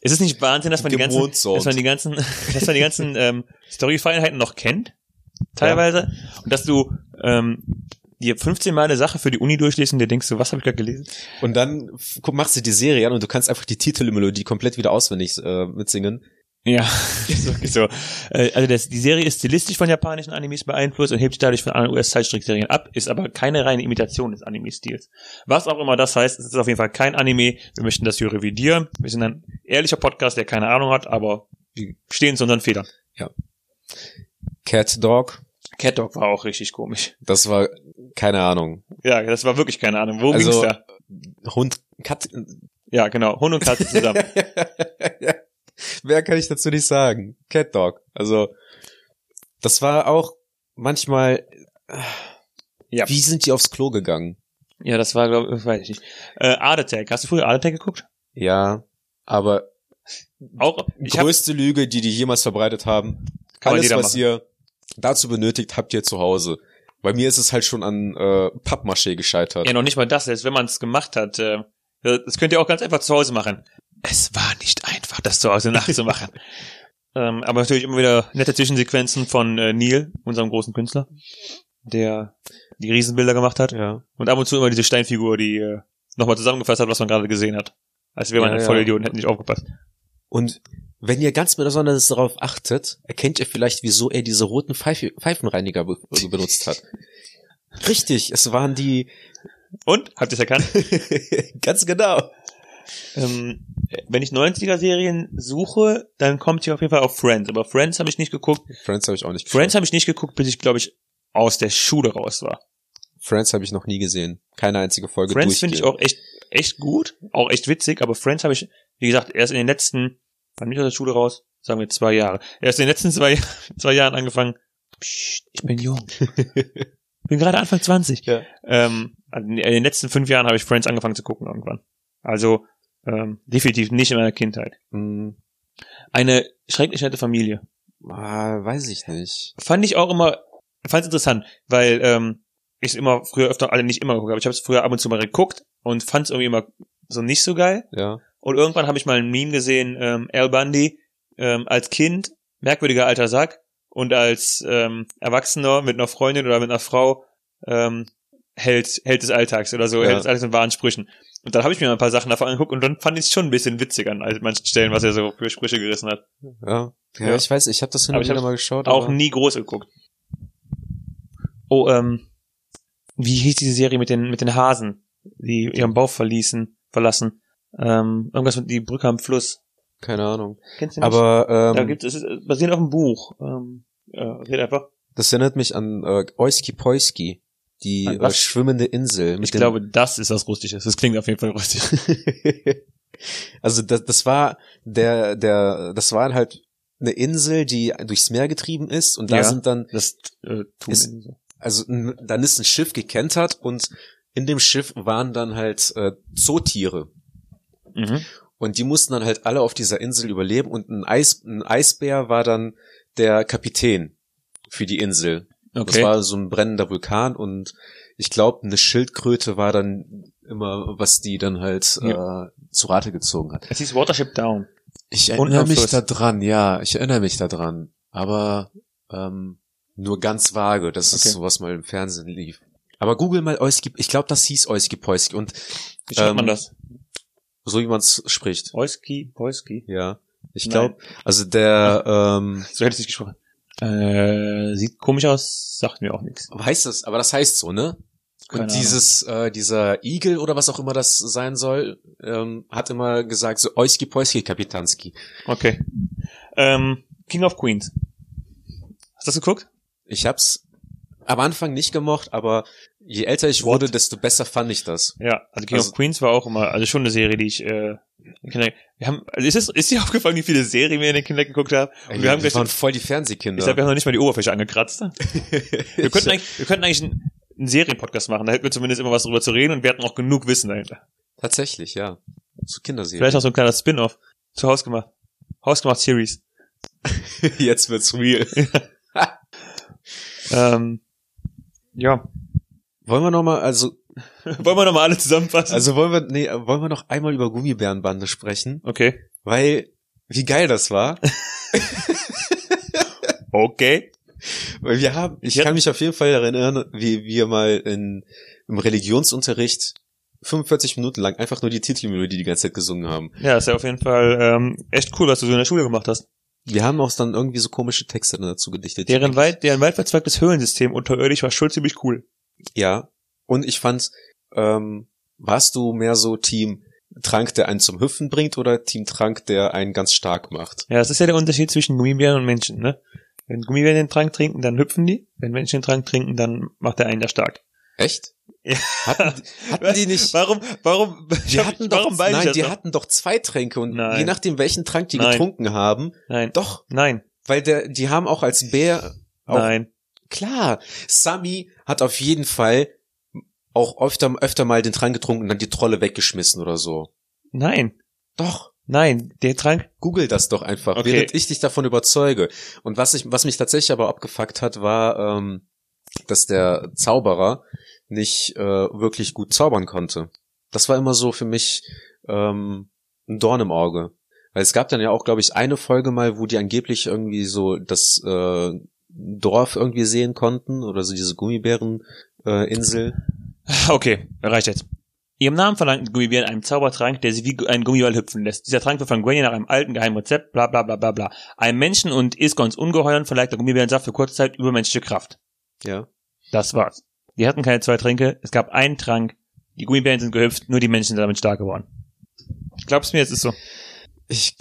[SPEAKER 1] Ist es nicht Wahnsinn, dass man die ganzen,
[SPEAKER 3] Gemoonsound.
[SPEAKER 1] dass man die ganzen, dass man die ganzen ähm, Storyfeinheiten noch kennt, teilweise, und dass du ähm, dir 15 Mal eine Sache für die Uni durchliest und dir denkst, so, was habe ich gerade gelesen?
[SPEAKER 3] Und dann f- guck, machst du die Serie an und du kannst einfach die Titelmelodie komplett wieder auswendig äh, mitsingen.
[SPEAKER 1] Ja, ist wirklich so. Äh, Also das, die Serie ist stilistisch von japanischen Animes beeinflusst und hebt sich dadurch von anderen US-Zeitstrickserien ab, ist aber keine reine Imitation des Anime-Stils. Was auch immer das heißt, es ist auf jeden Fall kein Anime. Wir möchten das hier revidieren. Wir sind ein ehrlicher Podcast, der keine Ahnung hat, aber wir stehen zu unseren Federn.
[SPEAKER 3] Cat Dog,
[SPEAKER 1] Cat Dog war auch richtig komisch.
[SPEAKER 3] das war keine Ahnung.
[SPEAKER 1] Ja, das war wirklich keine Ahnung. Worum
[SPEAKER 3] Also-
[SPEAKER 1] ging's da?
[SPEAKER 3] Hund, Kat. äh,
[SPEAKER 1] Ja, genau. Hund und Katze zusammen.
[SPEAKER 3] Mehr kann ich dazu nicht sagen. Cat Dog. Also das war auch manchmal. äh,
[SPEAKER 1] Ja.
[SPEAKER 3] Wie sind die aufs Klo gegangen?
[SPEAKER 1] ja, das war, glaube ich, weiß ich nicht. Äh, Art Attack. Hast du früher Art Attack geguckt?
[SPEAKER 3] Ja, aber
[SPEAKER 1] Auch, ich habe
[SPEAKER 3] größte Lüge, die die jemals verbreitet haben.
[SPEAKER 1] kann man
[SPEAKER 3] Alles,
[SPEAKER 1] jeder
[SPEAKER 3] was
[SPEAKER 1] machen.
[SPEAKER 3] ihr dazu benötigt, habt ihr zu Hause. Bei mir ist es halt schon an äh, Pappmaché gescheitert.
[SPEAKER 1] Ja, noch nicht mal das, selbst wenn man es gemacht hat. Äh, das könnt ihr auch ganz einfach zu Hause machen. Es war nicht einfach, das zu Hause nachzumachen. ähm, aber natürlich immer wieder nette Zwischensequenzen von äh, Neil, unserem großen Künstler, der die Riesenbilder gemacht hat.
[SPEAKER 3] ja.
[SPEAKER 1] Und ab und zu immer diese Steinfigur, die äh, nochmal zusammengefasst hat, was man gerade gesehen hat. Als wäre man
[SPEAKER 3] Ja,
[SPEAKER 1] ein
[SPEAKER 3] ja.
[SPEAKER 1] Vollidiot und hätte nicht aufgepasst.
[SPEAKER 3] Und wenn ihr ganz besonders darauf achtet, erkennt ihr vielleicht, wieso er diese roten Pfeife, Pfeifenreiniger be be- benutzt hat. Richtig, es waren die
[SPEAKER 1] Und, habt ihr es erkannt?
[SPEAKER 3] ganz genau.
[SPEAKER 1] ähm, wenn ich 90er-Serien suche, dann kommt hier auf jeden Fall auf Friends. Aber Friends habe ich nicht geguckt.
[SPEAKER 3] Friends habe ich auch nicht. geschaut.
[SPEAKER 1] Friends habe ich nicht geguckt, bis ich, glaube ich, aus der Schule raus war.
[SPEAKER 3] Friends habe ich noch nie gesehen. Keine einzige Folge
[SPEAKER 1] Friends finde ich
[SPEAKER 3] durchgehend.
[SPEAKER 1] auch echt, echt gut, auch echt witzig, aber Friends habe ich, wie gesagt, erst in den letzten, wann bin ich aus der Schule raus? Sagen wir zwei Jahre. Erst in den letzten zwei, zwei Jahren angefangen. Psst, ich bin jung. bin gerade Anfang 20.
[SPEAKER 3] Ja.
[SPEAKER 1] Ähm, also in den letzten fünf Jahren habe ich Friends angefangen zu gucken irgendwann. Also ähm, definitiv nicht in meiner Kindheit.
[SPEAKER 3] Hm,
[SPEAKER 1] Eine schrecklich nette Familie.
[SPEAKER 3] ah, weiß ich nicht.
[SPEAKER 1] Fand ich auch immer, fand es interessant, weil ähm, ich es immer früher öfter, alle nicht immer geguckt habe. Ich habe es früher ab und zu mal geguckt und fand es irgendwie immer so nicht so geil.
[SPEAKER 3] Ja.
[SPEAKER 1] Und irgendwann habe ich mal ein Meme gesehen, ähm, Al Bundy ähm, als Kind, merkwürdiger alter Sack, und als ähm, Erwachsener mit einer Freundin oder mit einer Frau ähm, Held, Held des Alltags oder so,
[SPEAKER 3] Ja.
[SPEAKER 1] Held des Alltags mit wahren Sprüchen. Und dann habe ich mir mal ein paar Sachen davon angeguckt und dann fand ich es schon ein bisschen witzig an all- manchen Stellen, was er so für Sprüche gerissen hat.
[SPEAKER 3] Ja. Ja,
[SPEAKER 1] Ja.
[SPEAKER 3] ich weiß, ich habe das hin
[SPEAKER 1] Aber
[SPEAKER 3] und
[SPEAKER 1] ich
[SPEAKER 3] wieder
[SPEAKER 1] hab's
[SPEAKER 3] mal geschaut.
[SPEAKER 1] Auch
[SPEAKER 3] aber-
[SPEAKER 1] nie groß geguckt. Oh, ähm, wie hieß diese Serie mit den, mit den Hasen, die ihren Bauch verließen, verlassen? Ähm, irgendwas mit die Brücke am Fluss.
[SPEAKER 3] keine Ahnung.
[SPEAKER 1] Kennst du nicht?
[SPEAKER 3] Aber ähm,
[SPEAKER 1] da gibt es, es ist äh, basierend auf einem Buch. Ähm, äh, red einfach.
[SPEAKER 3] Das erinnert mich an äh, Oiski Poiski, die
[SPEAKER 1] An
[SPEAKER 3] äh,
[SPEAKER 1] was?
[SPEAKER 3] schwimmende Insel. mit
[SPEAKER 1] Ich
[SPEAKER 3] den-
[SPEAKER 1] glaube, das ist was Rustisches. Das klingt auf jeden Fall rustisch.
[SPEAKER 3] also das, das war der der das war halt eine Insel, die durchs Meer getrieben ist und da
[SPEAKER 1] Ja.
[SPEAKER 3] sind dann
[SPEAKER 1] Das äh, tun
[SPEAKER 3] Ist-
[SPEAKER 1] wir so.
[SPEAKER 3] also n- dann ist ein Schiff gekentert und in dem Schiff waren dann halt äh, Zootiere
[SPEAKER 1] Mhm.
[SPEAKER 3] und die mussten dann halt alle auf dieser Insel überleben und ein Eis ein Eisbär war dann der Kapitän für die Insel Das
[SPEAKER 1] Okay.
[SPEAKER 3] war so ein brennender Vulkan und ich glaube, eine Schildkröte war dann immer, was die dann halt äh, zu Rate gezogen hat.
[SPEAKER 1] Es hieß Watership Down.
[SPEAKER 3] Ich
[SPEAKER 1] Und
[SPEAKER 3] erinnere
[SPEAKER 1] am
[SPEAKER 3] mich
[SPEAKER 1] Fluss.
[SPEAKER 3] da dran, ja, ich erinnere mich da dran. Aber ähm, nur ganz vage, dass es
[SPEAKER 1] Okay.
[SPEAKER 3] sowas mal im Fernsehen lief. Aber google mal Euski, ich glaube, das hieß Euski Poiski und
[SPEAKER 1] Wie schreibt
[SPEAKER 3] Ähm,
[SPEAKER 1] man das?
[SPEAKER 3] so wie man es spricht.
[SPEAKER 1] Oiski, Poiski.
[SPEAKER 3] Ja. Ich
[SPEAKER 1] Nein.
[SPEAKER 3] glaube, also der ähm,
[SPEAKER 1] So hätte ich es nicht gesprochen. Äh, sieht komisch aus, sagt mir auch nichts.
[SPEAKER 3] heißt das, aber das heißt so, ne?
[SPEAKER 1] Keine
[SPEAKER 3] Und dieses, äh, dieser Igel oder was auch immer das sein soll, ähm, hat immer gesagt, so Oiski Poiski Kapitanski.
[SPEAKER 1] Ahnung. Okay. Ähm, King of Queens. Hast du das geguckt?
[SPEAKER 3] Ich hab's am Anfang nicht gemocht, aber je älter ich wurde, desto besser fand ich das.
[SPEAKER 1] Ja, also King
[SPEAKER 3] Also-
[SPEAKER 1] of Queens war auch immer, also schon eine Serie, die ich äh, Kinder, wir haben, also ist, es, ist dir aufgefallen, wie viele Serien wir in den Kindern geguckt haben? Und
[SPEAKER 3] Ey,
[SPEAKER 1] wir haben gleich,
[SPEAKER 3] waren
[SPEAKER 1] ich
[SPEAKER 3] voll die Fernsehkinder.
[SPEAKER 1] glaube, wir haben noch nicht mal die Oberfläche angekratzt. Wir könnten
[SPEAKER 3] Ich-
[SPEAKER 1] eigentlich, wir könnten eigentlich einen, einen Serienpodcast machen, da hätten wir zumindest immer was drüber zu reden und wir hätten auch genug Wissen dahinter.
[SPEAKER 3] tatsächlich, ja. Zu Kinderserien.
[SPEAKER 1] Vielleicht auch so ein kleiner Spin-off. Zu Hausgemacht. Hausgemacht Series.
[SPEAKER 3] Jetzt wird's real.
[SPEAKER 1] Ähm, ja.
[SPEAKER 3] Wollen wir noch mal, also,
[SPEAKER 1] Wollen wir nochmal alle zusammenfassen?
[SPEAKER 3] also wollen wir, nee, wollen wir noch einmal über Gummibärenbande sprechen?
[SPEAKER 1] okay.
[SPEAKER 3] Weil, wie geil das war.
[SPEAKER 1] Okay.
[SPEAKER 3] Weil wir haben, ich
[SPEAKER 1] Ja.
[SPEAKER 3] kann mich auf jeden Fall erinnern, wie wir mal in, im Religionsunterricht 45 Minuten lang einfach nur die Titelmelodie die ganze Zeit gesungen haben.
[SPEAKER 1] Ja, ist ja auf jeden Fall ähm, echt cool, was du so in der Schule gemacht hast.
[SPEAKER 3] Wir haben auch dann irgendwie so komische Texte dann dazu gedichtet.
[SPEAKER 1] Deren weit, deren weit verzweigtes Höhlensystem unterirdisch war schon ziemlich cool.
[SPEAKER 3] Ja. Und ich fand, ähm, warst du mehr so Team Trank, der einen zum Hüpfen bringt oder Team Trank, der einen ganz stark macht?
[SPEAKER 1] Ja, das ist ja der Unterschied zwischen Gummibären und Menschen, ne? Wenn Gummibären den Trank trinken, dann hüpfen die. Wenn Menschen den Trank trinken, dann macht der einen da stark.
[SPEAKER 3] Echt?
[SPEAKER 1] Ja.
[SPEAKER 3] Hatten, hatten die nicht?
[SPEAKER 1] Warum, warum,
[SPEAKER 3] Die hatten doch,
[SPEAKER 1] warum weiß ich
[SPEAKER 3] nein,
[SPEAKER 1] das
[SPEAKER 3] die
[SPEAKER 1] noch?
[SPEAKER 3] hatten doch zwei Tränke und
[SPEAKER 1] Nein.
[SPEAKER 3] je nachdem welchen Trank die
[SPEAKER 1] Nein.
[SPEAKER 3] getrunken haben,
[SPEAKER 1] Nein,
[SPEAKER 3] doch
[SPEAKER 1] nein,
[SPEAKER 3] Weil der, die haben auch als Bär auch,
[SPEAKER 1] nein.
[SPEAKER 3] klar, Sammy hat auf jeden Fall auch öfter, öfter mal den Trank getrunken und dann die Trolle weggeschmissen oder so.
[SPEAKER 1] Nein,
[SPEAKER 3] Doch,
[SPEAKER 1] nein, der Trank.
[SPEAKER 3] google das doch einfach,
[SPEAKER 1] Okay.
[SPEAKER 3] während ich dich davon überzeuge. Und was ich, was mich tatsächlich aber abgefuckt hat, war, ähm, dass der Zauberer nicht äh, wirklich gut zaubern konnte. Das war immer so für mich ähm, ein Dorn im Auge. Weil es gab dann ja auch, glaube ich, eine Folge mal, wo die angeblich irgendwie so das äh, Dorf irgendwie sehen konnten oder so diese Gummibären äh, Insel.
[SPEAKER 1] Okay, reicht jetzt. Ihrem Namen verlangt Gummibären einen Zaubertrank, der sie wie ein Gummiball hüpfen lässt. Dieser Trank wird von Granny nach einem alten geheimen Rezept, bla bla bla bla bla. Einem Menschen und Iskons Ungeheuern verleiht der Gummibärensaft für kurze Zeit übermenschliche Kraft.
[SPEAKER 3] Ja.
[SPEAKER 1] Das war's. Die hatten keine zwei Tränke, es gab einen Trank. Die Gummibären sind gehüpft, nur die Menschen sind damit stark geworden. Glaubst du mir, es ist so?
[SPEAKER 3] Ich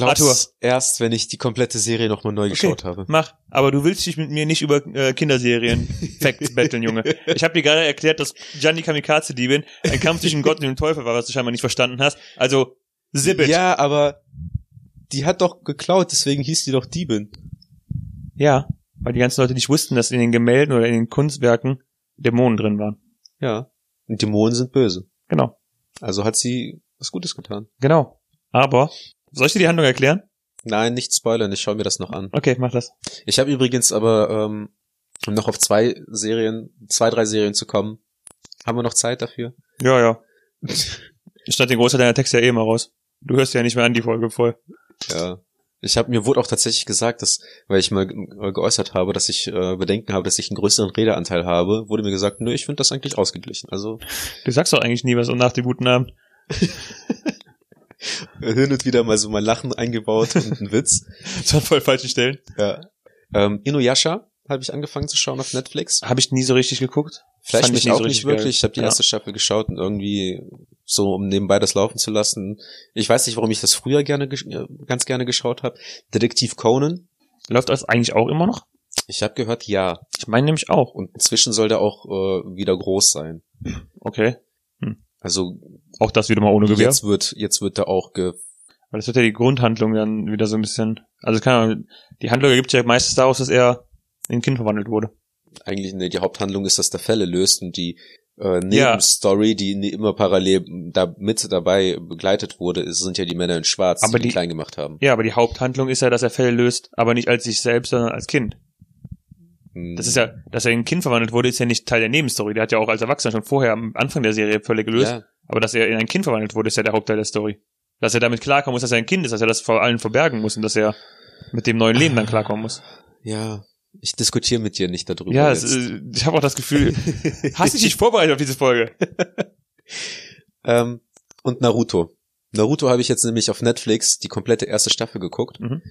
[SPEAKER 1] Arthur.
[SPEAKER 3] glaube erst, wenn ich die komplette Serie nochmal neu geschaut habe.
[SPEAKER 1] Mach, aber du willst dich mit mir nicht über äh, Kinderserien Facts betteln, Junge. Ich habe dir gerade erklärt, dass Gianni Kamikaze Diebin ein Kampf zwischen Gott und dem Teufel war, was du scheinbar nicht verstanden hast. Also Sibbit.
[SPEAKER 3] Ja, aber die hat doch geklaut, deswegen hieß die doch Diebin.
[SPEAKER 1] ja, weil die ganzen Leute nicht wussten, dass in den Gemälden oder in den Kunstwerken Dämonen drin waren.
[SPEAKER 3] Ja. Und Dämonen sind böse.
[SPEAKER 1] Genau,
[SPEAKER 3] Also hat sie was Gutes getan.
[SPEAKER 1] genau. Aber soll ich dir die Handlung erklären?
[SPEAKER 3] Nein, nicht spoilern, ich schaue mir das noch an.
[SPEAKER 1] Okay, mach das.
[SPEAKER 3] Ich habe übrigens aber, ähm, um noch auf zwei Serien, zwei, drei Serien zu kommen. Haben wir noch Zeit dafür?
[SPEAKER 1] Ja, ja. Ich schneide den Großteil deiner Texte ja eh mal raus. Du hörst ja nicht mehr an die Folge voll.
[SPEAKER 3] Ja. Ich habe mir wurde auch tatsächlich gesagt, dass, weil ich mal ge- äh, geäußert habe, dass ich äh, Bedenken habe, dass ich einen größeren Redeanteil habe, wurde mir gesagt, nö, ich finde das eigentlich ausgeglichen. Also
[SPEAKER 1] Du sagst doch eigentlich nie was und nach dem guten Abend.
[SPEAKER 3] äh, hin und wieder mal so mein Lachen eingebaut und einen Witz.
[SPEAKER 1] Das waren voll falsche Stellen.
[SPEAKER 3] Ja. Ähm, Inuyasha habe ich angefangen zu schauen auf Netflix.
[SPEAKER 1] Habe ich nie so richtig geguckt.
[SPEAKER 3] Vielleicht
[SPEAKER 1] Ah, Fand ich
[SPEAKER 3] mich
[SPEAKER 1] nicht
[SPEAKER 3] auch
[SPEAKER 1] so
[SPEAKER 3] nicht
[SPEAKER 1] richtig geil.
[SPEAKER 3] wirklich. Ich habe die
[SPEAKER 1] Ja.
[SPEAKER 3] erste Staffel geschaut und irgendwie so, um nebenbei das laufen zu lassen. Ich weiß nicht, warum ich das früher gerne, gesch- äh, ganz gerne geschaut habe. Detektiv Conan.
[SPEAKER 1] Läuft das eigentlich auch immer noch?
[SPEAKER 3] Ich habe gehört, ja.
[SPEAKER 1] Ich meine nämlich auch.
[SPEAKER 3] Und inzwischen soll der auch äh, wieder groß sein.
[SPEAKER 1] Okay.
[SPEAKER 3] Also
[SPEAKER 1] Auch das wieder mal ohne Gewehr.
[SPEAKER 3] jetzt wird, jetzt wird er auch ge
[SPEAKER 1] Weil das wird ja die Grundhandlung dann wieder so ein bisschen. Also keine Ahnung, die Handlung ergibt sich ja meistens daraus, dass er in ein Kind verwandelt wurde.
[SPEAKER 3] eigentlich ne, die Haupthandlung ist, dass der Fälle löst und die äh,
[SPEAKER 1] Ja.
[SPEAKER 3] Nebenstory, die ne, immer parallel da mit dabei begleitet wurde, ist, sind ja die Männer in Schwarz,
[SPEAKER 1] Aber
[SPEAKER 3] die,
[SPEAKER 1] die-
[SPEAKER 3] die klein gemacht haben.
[SPEAKER 1] Ja, aber die Haupthandlung ist ja, dass er Fälle löst, aber nicht als sich selbst, sondern als Kind. Das ist ja, dass er in ein Kind verwandelt wurde, ist ja nicht Teil der Nebenstory. Der hat ja auch als Erwachsener schon vorher am Anfang der Serie Fälle gelöst.
[SPEAKER 3] ja,
[SPEAKER 1] Aber dass er in ein Kind verwandelt wurde, ist ja der Hauptteil der Story. Dass er damit klarkommen muss, dass er ein Kind ist, dass er das vor allen verbergen muss und dass er mit dem neuen Leben dann klarkommen muss.
[SPEAKER 3] ja. Ich diskutiere mit dir nicht darüber.
[SPEAKER 1] Ja, es,
[SPEAKER 3] jetzt.
[SPEAKER 1] äh, ich habe auch das Gefühl, hast dich nicht vorbereitet auf diese Folge?
[SPEAKER 3] Ähm, und Naruto. Naruto habe ich jetzt nämlich auf Netflix die komplette erste Staffel geguckt.
[SPEAKER 1] Mhm.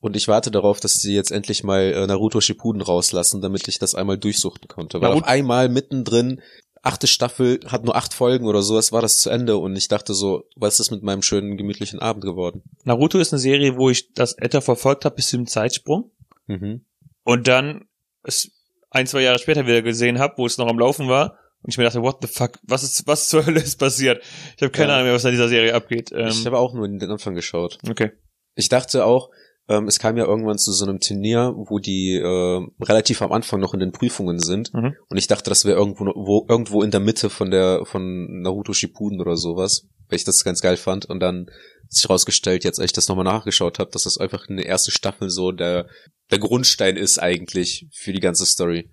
[SPEAKER 3] Und ich warte darauf, dass sie jetzt endlich mal äh, Naruto Shippuden rauslassen, damit ich das einmal durchsuchten konnte. Weil
[SPEAKER 1] Naruto-
[SPEAKER 3] auf einmal mittendrin, achte Staffel, hat nur acht Folgen oder sowas, war das zu Ende. Und ich dachte so, was ist mit meinem schönen, gemütlichen Abend geworden?
[SPEAKER 1] Naruto ist eine Serie, wo ich das Etta verfolgt habe bis zum Zeitsprung
[SPEAKER 3] Mhm.
[SPEAKER 1] und dann es ein, zwei Jahre später wieder gesehen habe, wo es noch am Laufen war Und ich mir dachte, what the fuck, was ist, was zur Hölle ist passiert? Ich habe keine
[SPEAKER 3] Ja.
[SPEAKER 1] Ahnung mehr, was an dieser Serie abgeht. Ähm,
[SPEAKER 3] ich habe auch nur den Anfang geschaut.
[SPEAKER 1] okay.
[SPEAKER 3] Ich dachte auch, ähm, es kam ja irgendwann zu so einem Turnier, wo die äh, relativ am Anfang noch in den Prüfungen sind.
[SPEAKER 1] Mhm.
[SPEAKER 3] Und ich dachte, das wäre irgendwo, wo, irgendwo in der Mitte von der von Naruto Shippuden oder sowas, weil ich das ganz geil fand. Und dann hat sich rausgestellt, jetzt als ich das nochmal nachgeschaut habe, dass das einfach in der ersten Staffel so der, der Grundstein ist eigentlich für die ganze Story.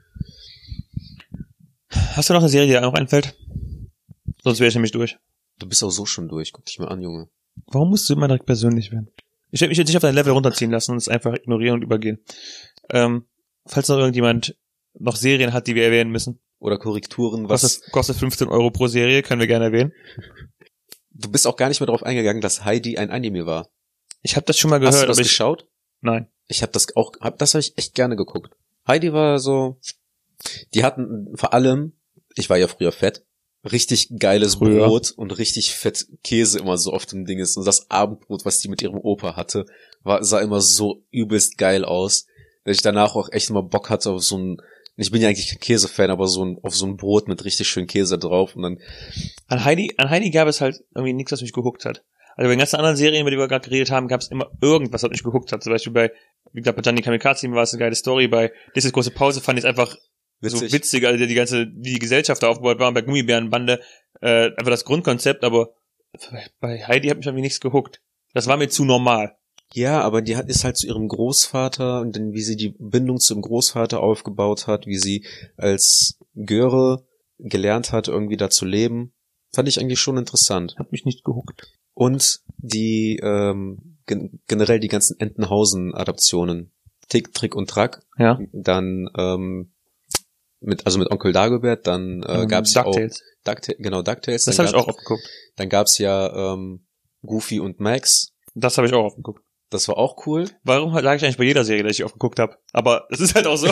[SPEAKER 1] Hast du noch eine Serie, die dir noch einfällt? Sonst wäre ich nämlich durch.
[SPEAKER 3] Du bist auch so schon durch, guck dich mal an, Junge.
[SPEAKER 1] Warum musst du immer direkt persönlich werden? Ich werde mich jetzt nicht auf dein Level runterziehen lassen und es einfach ignorieren und übergehen. Ähm, falls noch irgendjemand noch Serien hat, die wir erwähnen müssen,
[SPEAKER 3] Oder Korrekturen, was,
[SPEAKER 1] was kostet, kostet 15 Euro pro Serie, können wir gerne erwähnen.
[SPEAKER 3] du bist auch gar nicht mehr darauf eingegangen, dass Heidi ein Anime war.
[SPEAKER 1] Ich habe das schon mal
[SPEAKER 3] Hast du
[SPEAKER 1] gehört,
[SPEAKER 3] das
[SPEAKER 1] aber ich,
[SPEAKER 3] geschaut?
[SPEAKER 1] nein.
[SPEAKER 3] Ich habe das auch, hab, das habe ich echt gerne geguckt. Heidi war so, die hatten vor allem, ich war ja früher fett, richtig geiles
[SPEAKER 1] Früher.
[SPEAKER 3] Brot und richtig fett Käse immer so auf dem Ding ist. Und das Abendbrot, was die mit ihrem Opa hatte, war, sah immer so übelst geil aus, dass ich danach auch echt immer Bock hatte auf so ein, ich bin ja eigentlich kein Käsefan, aber so ein, auf so ein Brot mit richtig schön Käse drauf und dann,
[SPEAKER 1] An Heidi, an Heidi gab es halt irgendwie nichts, was mich gehuckt hat. Also bei den ganzen anderen Serien, über die wir gerade geredet haben, gab es immer irgendwas, was mich gehuckt hat. Zum Beispiel bei, wie gesagt, bei Gianni Kamikaze war es eine geile Story, bei This is große Pause fand ich es einfach so witzig, also die ganze, wie die Gesellschaft da aufgebaut war, und bei Gummibärenbande, äh, einfach das Grundkonzept, aber bei Heidi hat mich irgendwie nichts gehuckt. Das war mir zu normal.
[SPEAKER 3] Ja, aber die hat, ist halt zu ihrem Großvater und dann, wie sie die Bindung zum Großvater aufgebaut hat, wie sie als Göre gelernt hat, irgendwie da zu leben, fand ich eigentlich schon interessant.
[SPEAKER 1] Hat mich nicht gehuckt.
[SPEAKER 3] Und die, ähm, gen generell die ganzen Entenhausen-Adaptionen. Tick, Trick und Track.
[SPEAKER 1] Ja.
[SPEAKER 3] Dann, ähm, mit, also mit Onkel Dagobert, dann äh,
[SPEAKER 1] Ähm,
[SPEAKER 3] gab's ja auch
[SPEAKER 1] DuckTales.
[SPEAKER 3] DuckTales, genau, DuckTales.
[SPEAKER 1] Das
[SPEAKER 3] dann
[SPEAKER 1] habe ich
[SPEAKER 3] gab-
[SPEAKER 1] auch aufgeguckt.
[SPEAKER 3] Dann gab's ja ähm, Goofy und Max.
[SPEAKER 1] Das habe ich auch aufgeguckt.
[SPEAKER 3] Das war auch cool.
[SPEAKER 1] Warum sage ich eigentlich bei jeder Serie, dass ich aufgeguckt habe? Aber es ist halt auch so.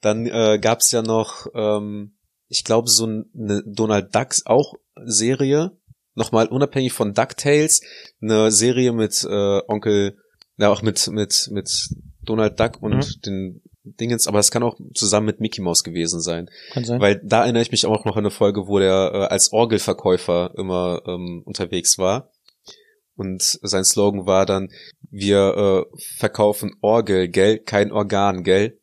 [SPEAKER 3] Dann äh, gab's ja noch, ähm, ich glaube, so ein- eine Donald Ducks auch Serie. Nochmal unabhängig von DuckTales, eine Serie mit äh, Onkel, ja auch mit, mit, mit Donald Duck und den Dingens, aber es kann auch zusammen mit Mickey Mouse gewesen sein.
[SPEAKER 1] Kann sein.
[SPEAKER 3] Weil da erinnere ich mich auch noch an eine Folge, wo der äh, als Orgelverkäufer immer ähm, unterwegs war. Und sein Slogan war dann, wir äh, verkaufen Orgel, gell? Kein Organ, gell?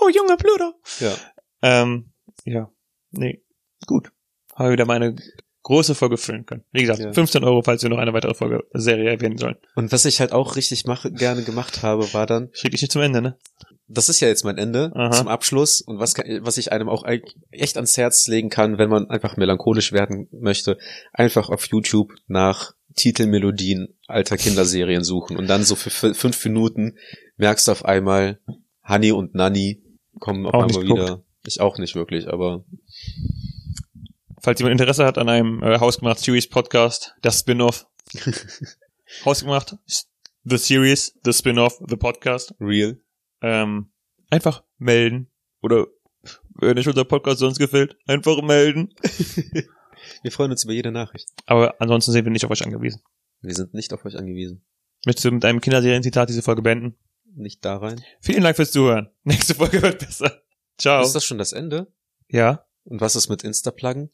[SPEAKER 1] oh, junger Pluto.
[SPEAKER 3] Ja.
[SPEAKER 1] Ähm, ja. Nee. Gut. Habe wieder meine große Folge füllen können. Wie gesagt,
[SPEAKER 3] Ja.
[SPEAKER 1] 15 Euro, falls wir noch eine weitere Folge Serie erwähnen sollen.
[SPEAKER 3] Und was ich halt auch richtig mache, gerne gemacht habe, war dann,
[SPEAKER 1] Schicke ich nicht zum Ende, ne?
[SPEAKER 3] das ist ja jetzt mein Ende
[SPEAKER 1] Aha.
[SPEAKER 3] zum Abschluss und was, kann, was ich einem auch eig- echt ans Herz legen kann, wenn man einfach melancholisch werden möchte, einfach auf YouTube nach Titelmelodien alter Kinderserien suchen und dann so für fü- fünf Minuten merkst du auf einmal, Honey und Nanny kommen auf
[SPEAKER 1] Auch
[SPEAKER 3] einmal
[SPEAKER 1] nicht geguckt.
[SPEAKER 3] wieder. Ich auch nicht wirklich, aber
[SPEAKER 1] Falls jemand Interesse hat an einem äh, Hausgemacht Series Podcast, das Spin-off. Hausgemacht, The Series, The Spin-off, The Podcast.
[SPEAKER 3] real.
[SPEAKER 1] Ähm, einfach melden. Oder wenn euch unser Podcast sonst gefällt, einfach melden.
[SPEAKER 3] Wir freuen uns über jede Nachricht.
[SPEAKER 1] Aber ansonsten sind wir nicht auf euch angewiesen.
[SPEAKER 3] Wir sind nicht auf euch angewiesen.
[SPEAKER 1] Möchtest du mit einem Kinderserien-Zitat diese Folge beenden?
[SPEAKER 3] Nicht da rein.
[SPEAKER 1] Vielen Dank fürs Zuhören. Nächste Folge wird besser. Ciao.
[SPEAKER 3] Ist das schon das Ende?
[SPEAKER 1] ja.
[SPEAKER 3] Und was ist mit Insta-Pluggen?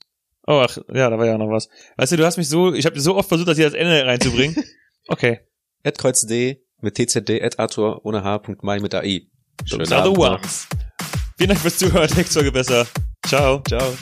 [SPEAKER 1] Oh, ach, ja, da war ja noch was. Weißt du, du hast mich so, ich habe so oft versucht, das hier das Ende reinzubringen. Okay.
[SPEAKER 3] Kreuz D mit TZD, at Arthur ohne H. Mai mit AI.
[SPEAKER 1] Those are the ones. Vielen Dank fürs Zuhören. Nächste Folge besser. Ciao.
[SPEAKER 3] Ciao.